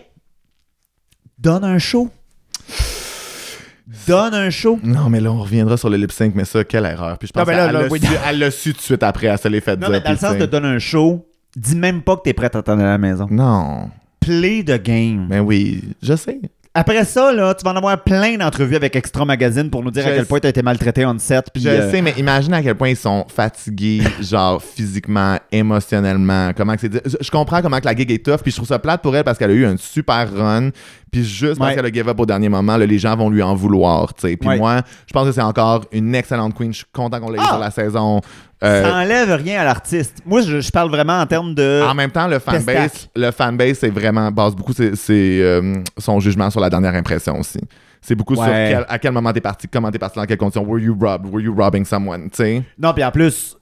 donne un show. Donne un show. Non, mais là, on reviendra sur le lip sync, mais ça, quelle erreur. Puis je Non, pense mais là, qu'elle là, l'a oui, su- non. elle l'a su tout de suite après, elle se l'est fait Non, dire. mais dans le puis, sens tu sais. de donne un show, dis même pas que t'es prête à t'en aller à la maison. Non, Play the game. mais oui, je sais. Après ça, là, tu vas en avoir plein d'entrevues avec Extra Magazine pour nous dire Je à quel sais. point t'as été maltraité on set. Puis, Je euh, sais, mais imagine à quel point ils sont (laughs) fatigués, genre physiquement, émotionnellement. Comment que c'est dit- Je, je comprends comment que la gig est tough, puis je trouve ça plate pour elle parce qu'elle a eu un super run, puis juste parce Ouais. qu'elle a give up au dernier moment, là, les gens vont lui en vouloir, tu sais. Puis Ouais. moi, je pense que c'est encore une excellente queen. Je suis content qu'on l'ait eu Ah! sur la saison. Euh, Ça enlève rien à l'artiste. Moi, je, je parle vraiment en termes de. en même temps, le fanbase, Euh, Pestac. le fanbase, c'est vraiment base beaucoup c'est euh, son jugement sur la dernière impression aussi. C'est beaucoup sur Ouais. quel- à quel moment t'es parti, comment t'es parti, dans quelles conditions. Were you robbed? Were you robbing someone? Tu sais. Non, puis en plus,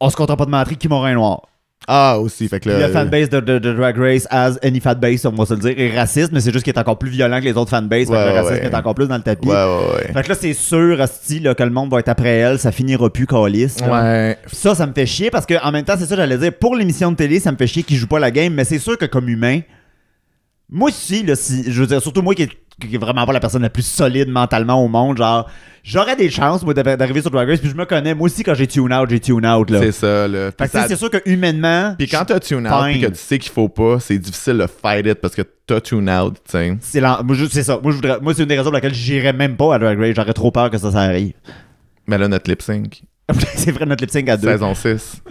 on se contente pas de mentir qui m'aura un noir. Ah aussi, fait que Puis là, le fanbase de, de- de Drag Race, as any fanbase, on va se le dire, est raciste, mais c'est juste qu'il est encore plus violent que les autres fanbases. fait que Ouais, le ouais, racisme ouais. est encore plus dans le tapis. Ouais, ouais, ouais. Fait que là, c'est sûr, hostie, là, que le monde va être après elle, ça finira plus calice. là. Ouais. Puis Ça, ça me fait chier parce que en même temps, c'est ça, que j'allais dire, pour l'émission de télé, ça me fait chier qu'ils jouent pas la game, mais c'est sûr que comme humain, moi aussi, là, si, je veux dire, surtout moi qui est, qui est vraiment pas la personne la plus solide mentalement au monde, genre, j'aurais des chances, moi, d'arri- d'arriver sur Drag Race, puis je me connais, moi aussi, quand j'ai tune out, j'ai tune out, là. C'est ça, là. Puis Fait que tu ça- sais, c'est sûr que humainement, Puis quand t'as tune out Fine. puis que tu sais qu'il faut pas, c'est difficile de fight it parce que t'as tune out, tu sais. c'est l'en- moi, je- c'est ça. Moi, je voudrais- moi, c'est une des raisons pour laquelle j'irais même pas à Drag Race, j'aurais trop peur que ça, ça arrive. Mais là, notre lip sync, (laughs) c'est vrai, notre lip sync à deux. saison 6,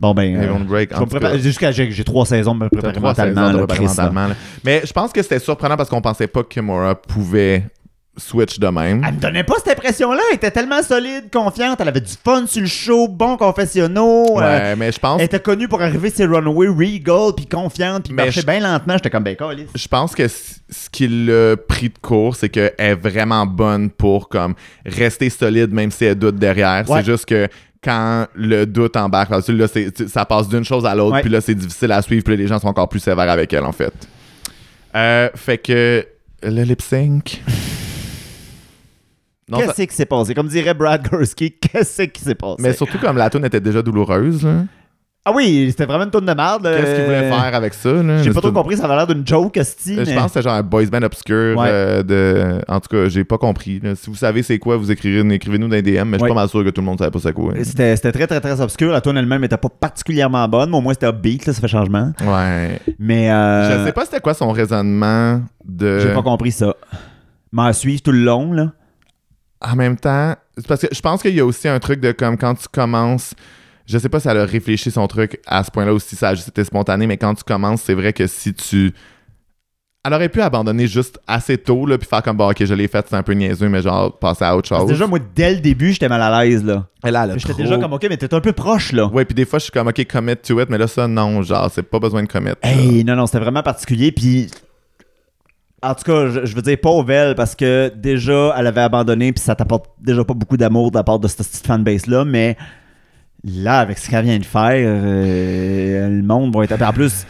Bon, ben. ils euh, vont break. je en vais me tout cas. préparer- Jusqu'à j'ai j'ai trois saisons de me T'as préparer trois saisons mentalement, de là, préparer Chris, là. mentalement, là. Mais je pense que c'était surprenant parce qu'on pensait pas que Kimura pouvait switch de même. Elle me donnait pas cette impression-là. Elle était tellement solide, confiante. Elle avait du fun sur le show, bon confessionnaux. Ouais, euh, mais je pense elle était connue pour arriver ses runways regal, puis confiante, puis Mais marchait je- bien lentement. J'étais comme, ben, câlisse. je pense que c- ce qui l'a pris de court, c'est qu'elle est vraiment bonne pour comme rester solide même si elle doute derrière. Ouais. C'est juste que quand le doute embarque là-dessus, là, c'est- tu- ça passe d'une chose à l'autre, Ouais. puis là, c'est difficile à suivre, puis là, les gens sont encore plus sévères avec elle, en fait. Euh, fait que le lip (laughs) sync. Non, ça- Qu'est-ce qui s'est passé? Comme dirait Brad Gursky, qu'est-ce qui s'est passé? mais surtout comme la tune était déjà douloureuse, là. Ah oui, c'était vraiment une tourne de merde. là. qu'est-ce qu'ils voulaient faire avec ça, là? Euh, J'ai pas trop Une- compris, ça avait l'air d'une joke, Esti. Je mais- pense que c'est genre un boys band obscur Ouais. euh, de. En tout cas, j'ai pas compris. là. Si vous savez c'est quoi, vous écrirez- écrivez-nous dans les DM, mais je suis Ouais. pas mal sûr que tout le monde savait pas c'est quoi. C'était c'était très, très, très obscur. La tourne elle-même était pas particulièrement bonne, mais au moins c'était upbeat, là, ça fait changement. Ouais. Mais. euh, Je sais euh, pas c'était quoi son raisonnement de. J'ai pas compris ça. M'en suivre tout le long, là. En même temps, c'est parce que je pense qu'il y a aussi un truc de comme quand tu commences. Je sais pas si elle a réfléchi son truc à ce point-là ou si ça a juste été spontané, mais quand tu commences, c'est vrai que si tu. Elle aurait pu abandonner juste assez tôt, là, puis faire comme, bah, ok, je l'ai fait, c'est un peu niaiseux, mais genre, passer à autre Parce chose. que Déjà, moi, dès le début, j'étais mal à l'aise, là. elle, elle a J'étais Ah trop- déjà comme, OK, mais t'es un peu proche, là. Ouais, puis des fois, je suis comme, OK, commit to it, mais là, ça, non, genre, c'est pas besoin de commit. Hey, non, non, c'était vraiment particulier. Puis, en tout cas, je, je veux dire, pauvre elle, parce que déjà, elle avait abandonné, puis ça t'apporte déjà pas beaucoup d'amour de la part de cette petite fanbase-là, mais là, avec ce qu'elle vient de faire, euh, le monde va être. puis en plus.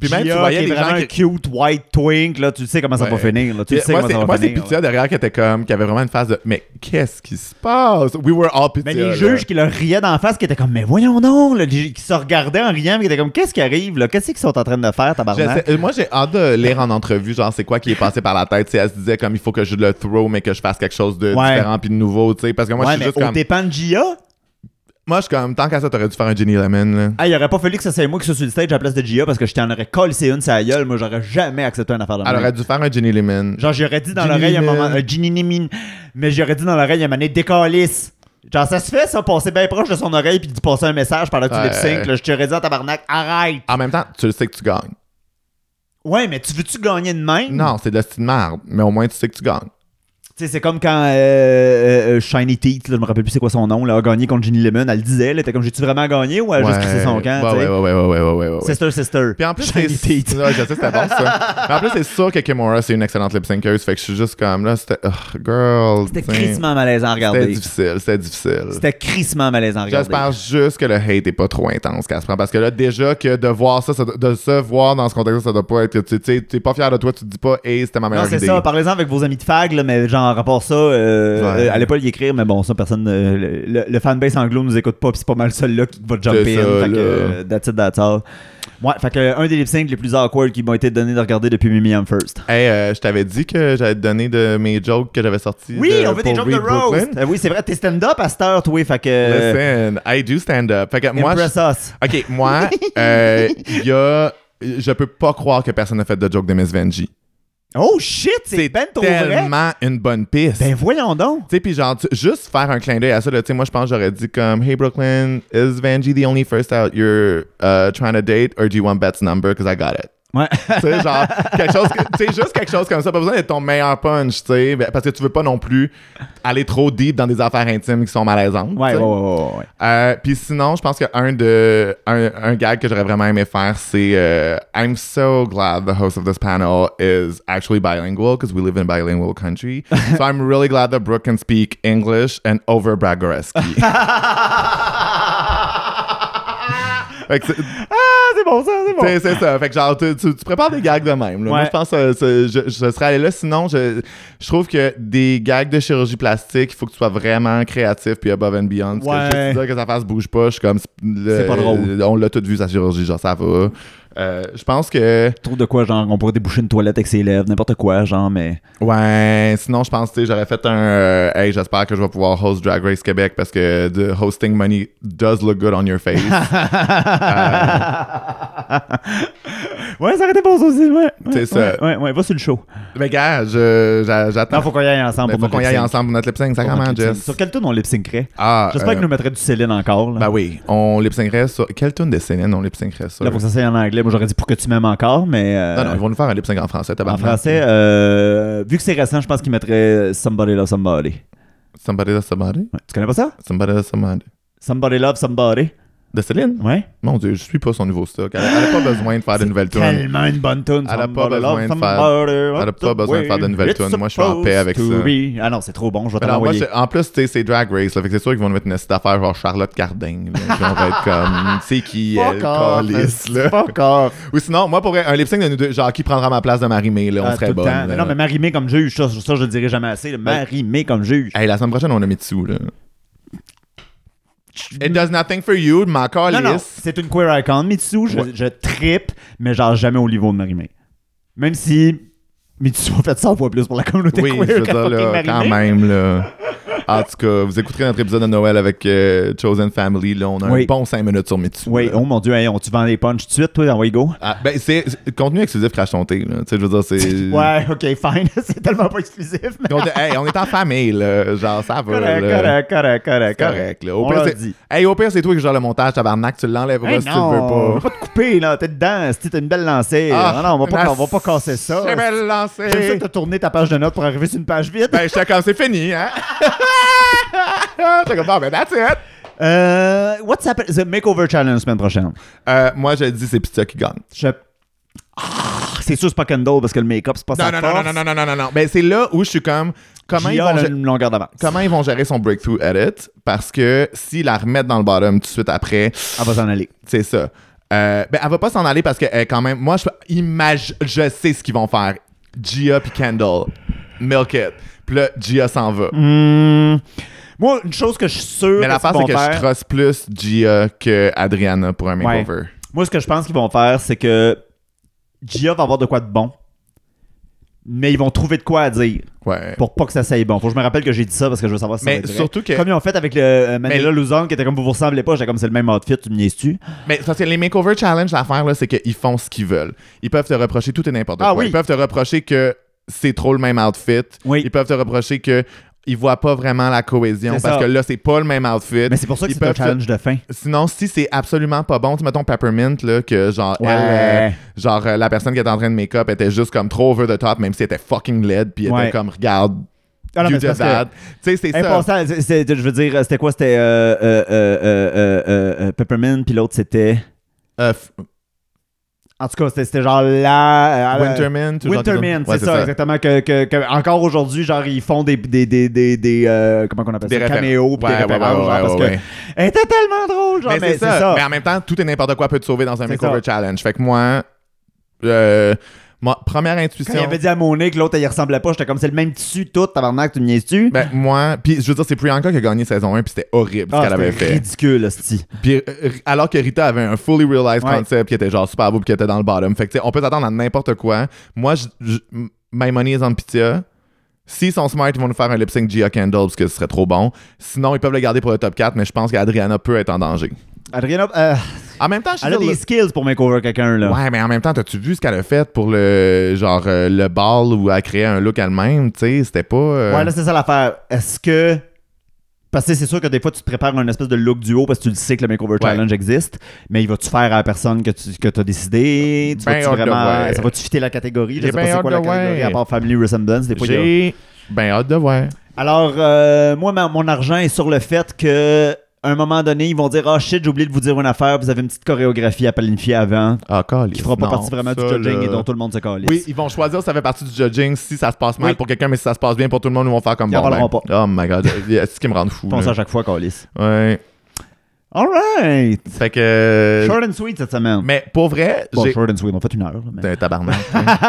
Puis même, tu Gia, voyais qui est des gens vraiment un qui- cute white twink, là, tu sais comment ça va Ouais. finir, là, tu Puis sais moi, comment c'est, ça va moi, c'est finir, là. Pitya derrière qui était comme, qui avait vraiment une phase de, mais qu'est-ce qui se passe? We were all Pitya. Mais Ben, les là. juges qui leur riaient d'en face, qui étaient comme, mais voyons donc, là, les- qui se regardaient en riant, mais qui étaient comme, qu'est-ce qui arrive, là? Qu'est-ce qu'ils sont en train de faire, Je tabarnak? sais- euh, moi, j'ai hâte de lire en entrevue, genre, c'est quoi qui est passé par la tête. Tu sais, elle se disait, comme, il faut que je le throw, mais que je fasse quelque chose de Ouais. différent puis de nouveau, tu sais. Parce que moi, ouais, je suis mais juste au comme, dépend de Gia, moi, je suis comme, tant qu'à ça, t'aurais dû faire un Ginny Lemon, là. ah, il aurait pas fallu que ça soit moi qui sois sur le stage à la place de Gia parce que je t'en aurais collé c'est une sa gueule. Moi, j'aurais jamais accepté une affaire de Elle aurait même. dû faire un Ginny Lemon. Genre, j'aurais dit dans Ginny l'oreille un Lemon. moment, un Ginny Nimin, mais j'aurais dit dans l'oreille un moment donné, décalisse. Genre, ça se fait, ça, passer bien proche de son oreille puis de passer un message pendant que tu Ouais. lip sync, là, Je t'aurais dit en tabarnak, arrête. En même temps, tu le sais que tu gagnes. Ouais, mais tu veux-tu gagner de même? Non, c'est de la style de merde, mais au moins, tu sais que tu gagnes. Tu sais, c'est comme quand euh, euh, euh, Shiny Teeth, là, je me rappelle plus c'est quoi son nom, là, a gagné contre Ginny Lemon. Elle le disait, elle était comme j'ai-tu vraiment gagné ou elle a Ah, juste crissé son camp? tu ouais, ouais, sais? ouais, ouais, ouais, ouais, ouais, ouais. Sister, sister. Puis en plus, Shiny c'est. Teeth. Ouais, je sais, c'était bon ça. Mais en plus, c'est sûr que Kimura, c'est une excellente lip synceuse. Fait que je suis juste comme là, c'était. Ugh, girl. C'était t'sais. crissement malaisant à C'était regarder. difficile, c'était difficile. C'était crissement malaisant à regarder. J'espère juste que le hate est pas trop intense qu'elle se prend. Parce que là, déjà, que de voir ça, ça doit- de se voir dans ce contexte, ça doit pas être. Tu sais, t'es pas fier de toi, tu te dis pas, hey, c'était ma Non, meilleure c'est idée. ça. Parlez-en avec vos amis de fag, là, mais genre, rapport ça, euh, Ouais. euh, allez pas y écrire, mais bon, ça, personne. euh, le, le- le fanbase anglo nous écoute pas, puis c'est pas mal seul là qui va jump in. C'est ça, fait que, là. euh, that's it, that's all. Ouais, fait que euh, un des lip syncs les plus awkward qui m'ont été donnés de regarder depuis Mimi I'm First. Hey, euh, je t'avais dit que j'allais te donner de mes jokes que j'avais sortis. Oui, de- on fait des pour jokes de Read Brooklyn. roast. Euh, oui, c'est vrai, t'es stand-up à cette heure, toi, fait que. euh, Listen, I do stand up. Fait que moi, impress us. je- ok, moi, euh, il y a, je peux pas croire que personne n'a fait de joke de Miss Venji. Oh shit, c'est ben trop vrai. tellement une bonne piste. Ben voyons donc. Tu sais, puis genre, tu- juste faire un clin d'œil à ça, là, tu sais, moi, je pense que j'aurais dit comme « Hey, Brooklyn, is Vanjie the only first out you're uh, trying to date or do you want Beth's number? Because I got it. » Ouais. (laughs) Tu sais, genre, quelque chose, que- tu sais, juste quelque chose comme ça. Pas besoin d'être ton meilleur punch, tu sais, ben, parce que tu veux pas non plus aller trop deep dans des affaires intimes qui sont malaisantes. Ouais, ouais, tu sais. ouais, ouais, ouais. Euh, Puis sinon, je pense qu'un de un, un gag que j'aurais vraiment aimé faire, c'est euh, I'm so glad the host of this panel is actually bilingual because we live in a bilingual country. so I'm really glad that Brooke can speak English and over Braggoreski. Fait que c'est- Ah, c'est bon ça, c'est bon. c'est c'est ça. Fait que genre, tu, tu- tu prépares des gags de même. là. Moi, Ouais. je pense que c'est- je, je serais allé là. Sinon, je, je trouve que des gags de chirurgie plastique, il faut que tu sois vraiment créatif puis above and beyond. Parce que Ouais. juste dire que ça fasse bouge pas, je suis comme. le- C'est pas drôle. On l'a tout vu, sa chirurgie, genre, ça va. Euh, je pense que. trouve de quoi, genre, on pourrait déboucher une toilette avec ses lèvres, n'importe quoi, genre, mais. Ouais, sinon, je pense, tu sais, j'aurais fait un. euh, hey, j'espère que je vais pouvoir host Drag Race Québec parce que the hosting money does look good on your face. (laughs) Ouais, ça aurait été bon ça aussi, ouais. C'est ouais, ça. ouais, ouais, ouais, va sur le show. Mais gars, je- j'a- j'attends. Non, faut qu'on y aille ensemble Mais pour Ben, faut notre qu'on y aille lip-sync. ensemble pour notre lip sync, ça Pour notre comment, lip-sync. Jess? Sur quelle tune on lip syncerait Ah, J'espère euh, qu'ils nous mettraient du Céline encore. Là. Ben oui, on lip syncerait sur. Quelle tune de Céline on lip syncerait sur Là, faut que ça soit en anglais. Moi, j'aurais dit pour que tu m'aimes encore, mais. euh, Non, non, ils vont nous faire un lip sync en français, en tabarnak. français, euh, vu que c'est récent, je pense qu'ils mettraient Somebody Love Somebody. Somebody Love Somebody. Ouais. Tu connais pas ça Somebody Love Somebody. Somebody Love Somebody. De Céline? Ouais. Mon dieu, je suis pas son nouveau stock. Elle elle a pas besoin de faire de nouvelles tunes. Tellement une bonne tune. Elle a pas besoin de faire- elle a pas besoin de faire de nouvelles tunes. Moi, je suis en paix avec ça. Ah non, c'est trop bon. Je vais Mais t'en non, moi, envoyer. c'est- en plus, tu sais, c'est Drag Race, là, fait que c'est sûr qu'ils vont nous mettre une petite affaire genre Charlotte Cardin. là, puis on va être comme, c'est qui elle, calisse, là. Fuck off. Ou sinon, moi, pour vrai, un lip sync de nous deux, genre, qui prendra ma place de Marie-Mé, là, on Ah, serait tout le bonne. temps. Mais là. Ben, non, mais marimé comme juge, ça, ça, je le dirai jamais assez. là. Marimé comme juge. Hey, la semaine prochaine, on a Mitsu, là. It does nothing for you, ma non, non, calisse. c'est une queer icon. Mitsu, je, Ouais. je trippe, mais genre jamais au niveau de Marimé. Même si Mitsu a fait 100 fois plus pour la communauté Oui, queer je veux que dire, fucking là, quand Marimé. même, là. En tout cas, vous écouterez notre épisode de Noël avec euh, Chosen Family, là, on a Oui. un bon 5 minutes sur Mitsu. Oui, là. oh mon dieu, hey, on, tu vends les punchs tout de suite, toi, dans Wego? Ah, ben, c'est c'est contenu exclusif Crash Tonté, là. Tu sais, je veux dire, c'est... (laughs) Ouais, ok, fine. c'est tellement pas exclusif, mais. Contenu- hey, on est en famille, là. Genre, ça va, Correct, là. correct, correct, correct, C'est correct, là. Au On pire, l'a c'est- dit. Hey, au pire, c'est toi qui gère le montage, tabarnak. Tu l'enlèveras Hey, si non, tu le on va veux pas. pas te couper, là. T'es dedans. Si t'as une belle lancée. Ah, non, non, on va pas, ma- on va pas casser ça. J'ai bien lancé. J'aime ça que t'as tourné ta page de notes pour arriver sur une page vide. Ben, j'étais comme, c'est fini, hein? (laughs) J'étais comme, bon, ben, that's it. Euh, what's up? The Makeover Challenge semaine prochaine. Euh, moi, je dis, c'est Pizza qui gagne. Je... Ah, c'est sûr, c'est pas Kendall parce que le make-up, c'est pas Non, sa non, force. non, non, non, non, non, non, non. Ben, c'est là où je suis comme, comment ils, Gia vont a gé- une longueur d'avance. comment ils vont gérer son breakthrough edit? Parce que s'ils la remettent dans le bottom tout de suite après, Elle va s'en aller. c'est ça. Euh, ben, elle va pas s'en aller parce que, euh, quand même, moi, je, image, je sais ce qu'ils vont faire. Gia puis Kendall. Milk it. Puis là, Gia s'en va. Hmm. Moi, une chose que je suis sûr Mais la qu'ils part, c'est vont que faire... je crosse plus Gia que Adriana pour un Ouais. makeover. Moi, ce que je pense qu'ils vont faire, c'est que Gia va avoir de quoi de bon, mais ils vont trouver de quoi à dire Ouais. pour pas que ça saille bon. Faut que je me rappelle que j'ai dit ça parce que je veux savoir si ça Mais va être vrai. surtout que- Comme ils ont fait avec le euh, Manila Luzon, qui était comme vous vous ressemblez pas, j'étais comme c'est le même outfit, tu me niaises-tu? Mais c'est parce que les makeover challenge, l'affaire, là, c'est qu'ils font ce qu'ils veulent. Ils peuvent te reprocher tout et n'importe Ah quoi. oui. Ils peuvent te reprocher que c'est trop le même outfit. Oui. Ils peuvent te reprocher que ils voient pas vraiment la cohésion C'est parce ça. que là, c'est pas le même outfit. Mais c'est pour ça que Ils c'est un peuvent challenge de fin. Sinon, si c'est absolument pas bon, tu sais, mettons Peppermint, là, que genre, Ouais. elle, euh, genre, euh, la personne qui était en train de make-up était juste comme trop over the top, même si elle était fucking laide, puis elle Ouais. était comme, regarde, Ah non, mais you c'est parce did que- that. Tu sais, c'est ça. Impensable. C'est- c'est- Je veux dire, c'était quoi? C'était euh, euh, euh, euh, euh, euh, Peppermint, puis l'autre, c'était... Euh, f- En tout cas, c'était- c'était genre là... euh, Winterman, tout genre de- Winterman, Ouais, c'est ça, exactement. Que, que- que encore aujourd'hui, genre, ils font des. des, des, des, des, euh, comment qu'on appelle Des ça références. Caméos, pis Ouais, des ouais, ouais, références, genre, ouais, parce ouais, ouais. que. Elle était tellement drôle, genre, Mais, c'est ça. Mais en même temps, tout et n'importe quoi peut te sauver dans un C'est makeover challenge. Fait que moi, euh, ma première Quand il intuition. avait dit à mon nez que l'autre, il ressemblait pas, j'étais comme c'est le même tissu, tout, tabarnak, tu me niaises-tu? Ben, moi, puis je veux dire, c'est Priyanka qui a gagné saison 1, puis c'était horrible Ah, ce qu'elle c'était avait fait. ridicule, hostie. Puis, euh, alors que Rita avait un fully realized Ouais. concept qui était genre super beau, puis qui était dans le bottom. Fait que, tu sais, on peut s'attendre à n'importe quoi. Moi, je, je- m- my money is on Pitya. S'ils sont smart, ils vont nous faire un lip sync Gia Kendall parce que ce serait trop bon. Sinon, ils peuvent le garder pour le top 4, mais je pense qu'Adriana peut être en danger. Adriana, euh, En même temps, je suis elle a des skills pour makeover quelqu'un, là. Ouais, mais en même temps, t'as-tu vu ce qu'elle a fait pour le genre euh, le ball où elle créait un look elle-même, tu sais, c'était pas. euh, Ouais, là, c'est ça l'affaire. Est-ce que. Parce que c'est sûr que des fois, tu te prépares un espèce de look duo parce que tu le sais que le Makeover Challenge existe, mais il va-tu faire à la personne que tu que as décidé Tu Ben vas-tu hâte de vraiment. voir. Ça va-tu fitter la catégorie Je J'ai sais pas ben c'est quoi la hâte de catégorie voir. à part Family Resemblance. Des fois, il y a- j'ai ben hâte de voir. Alors, euh, moi, ma- mon argent est sur le fait que. À un moment donné, ils vont dire Ah shit, j'ai oublié de vous dire une affaire, vous avez une petite chorégraphie à planifier avant Ah, calisse, qui fera pas non, partie vraiment du ça, judging là. et dont tout le monde se calisse. Oui, ils vont choisir si ça fait partie du judging, si ça se passe mal Oui. pour quelqu'un, mais si ça se passe bien pour tout le monde, ils vont faire comme Ils en bon, parleront ben, Oh my god, (laughs) c'est ce qui me rend fou. Je pense là. à chaque fois calisse. Ouais. Alright! Fait que. Short and sweet cette semaine. Euh, Mais pour vrai, Bon, j'ai. short and sweet, on fait une heure. là, mais- T'es un tabarnak.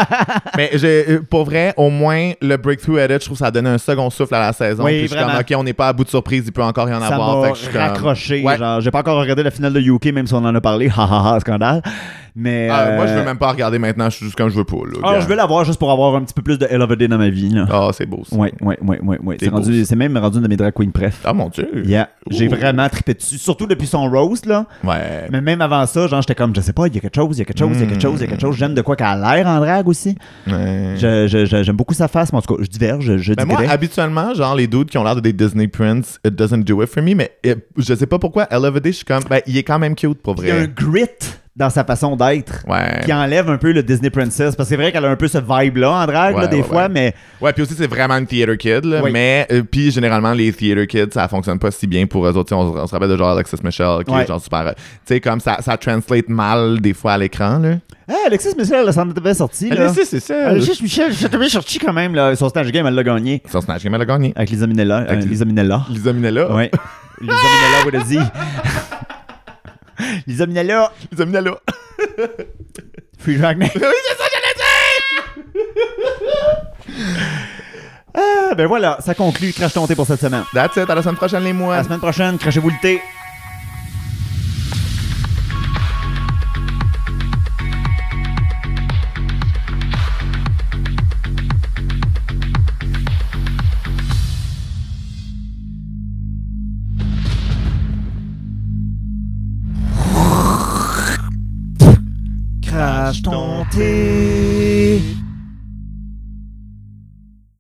(laughs) mais j'ai- euh, pour vrai, au moins, le breakthrough edit, je trouve que ça a donné un second souffle à la saison. Oui, puis je suis comme, vraiment. ok, on n'est pas à bout de surprise, il peut encore y en ça avoir. m'a Fait que je suis comme- raccroché. Ouais. Genre, j'ai pas encore regardé la finale de UK, même si on en a parlé. (laughs) Ha ha ha, scandale. Mais. Ah, euh, Moi, je veux même pas regarder maintenant, je suis juste comme je veux pas. Là, Ah, gars. je veux l'avoir juste pour avoir un petit peu plus de Hell of a Day dans ma vie. Là. Ah, c'est beau ça. Ouais, ouais, ouais, ouais. ouais. C'est C'est, beau, rendu- c'est même rendu une de mes drag queen pref. Ah, mon Dieu. Yeah. J'ai Ouh. vraiment trippé dessus. Surtout depuis son roast, là. Ouais. Mais même avant ça, genre, j'étais comme, je sais pas, il y a quelque chose, il y a quelque chose, il y a quelque chose, il y a Hmm. quelque chose. J'aime de quoi qu'elle a l'air en drag aussi. Ouais. Je- je- je- j'aime beaucoup sa face, mais en tout cas, je diverge, je, je Hmm. Ben moi, dirais. habituellement, genre, les dudes qui ont l'air de des Disney Prince, it doesn't do it for me, mais euh, je sais pas pourquoi, Elevated, je suis comme, ben, il est quand même cute pour Il y a un vrai. grit dans sa façon d'être. Ouais. qui enlève un peu le Disney Princess. Parce que c'est vrai qu'elle a un peu ce vibe-là en drague, là, Ouais, des ouais, fois, ouais. mais Ouais, puis aussi, c'est vraiment une theater kid, là, Oui. mais, euh, puis généralement, les theater kids, ça fonctionne pas si bien pour eux autres. Tu sais, On, se- on se rappelle de genre Alexis Michel, qui Ouais. est genre super. euh, Tu sais, comme ça, ça translate mal des fois à l'écran, là. Hey, hein, Alexis Michel, elle s'en était bien sortie. là. Alexis, c'est ça. Alexis Michel, j'étais bien sorti quand même. Là. Son stage game, elle l'a gagné. Son Snatch Game, elle a gagné. Avec Lisa Minella. euh, Avec- Lisa Minella. Lisa Minella. (laughs) Ouais. Lisa Minella, what a Z. (laughs) Lisa Minella, Lisa Minella. Free Drag Night. (laughs) oui, c'est ça, j'allais dire! Ah, ben voilà, ça conclut Crash Ton Thé pour cette semaine. That's it, à la semaine prochaine, les À mois. la semaine prochaine, crachez-vous le thé. Crash ton thé.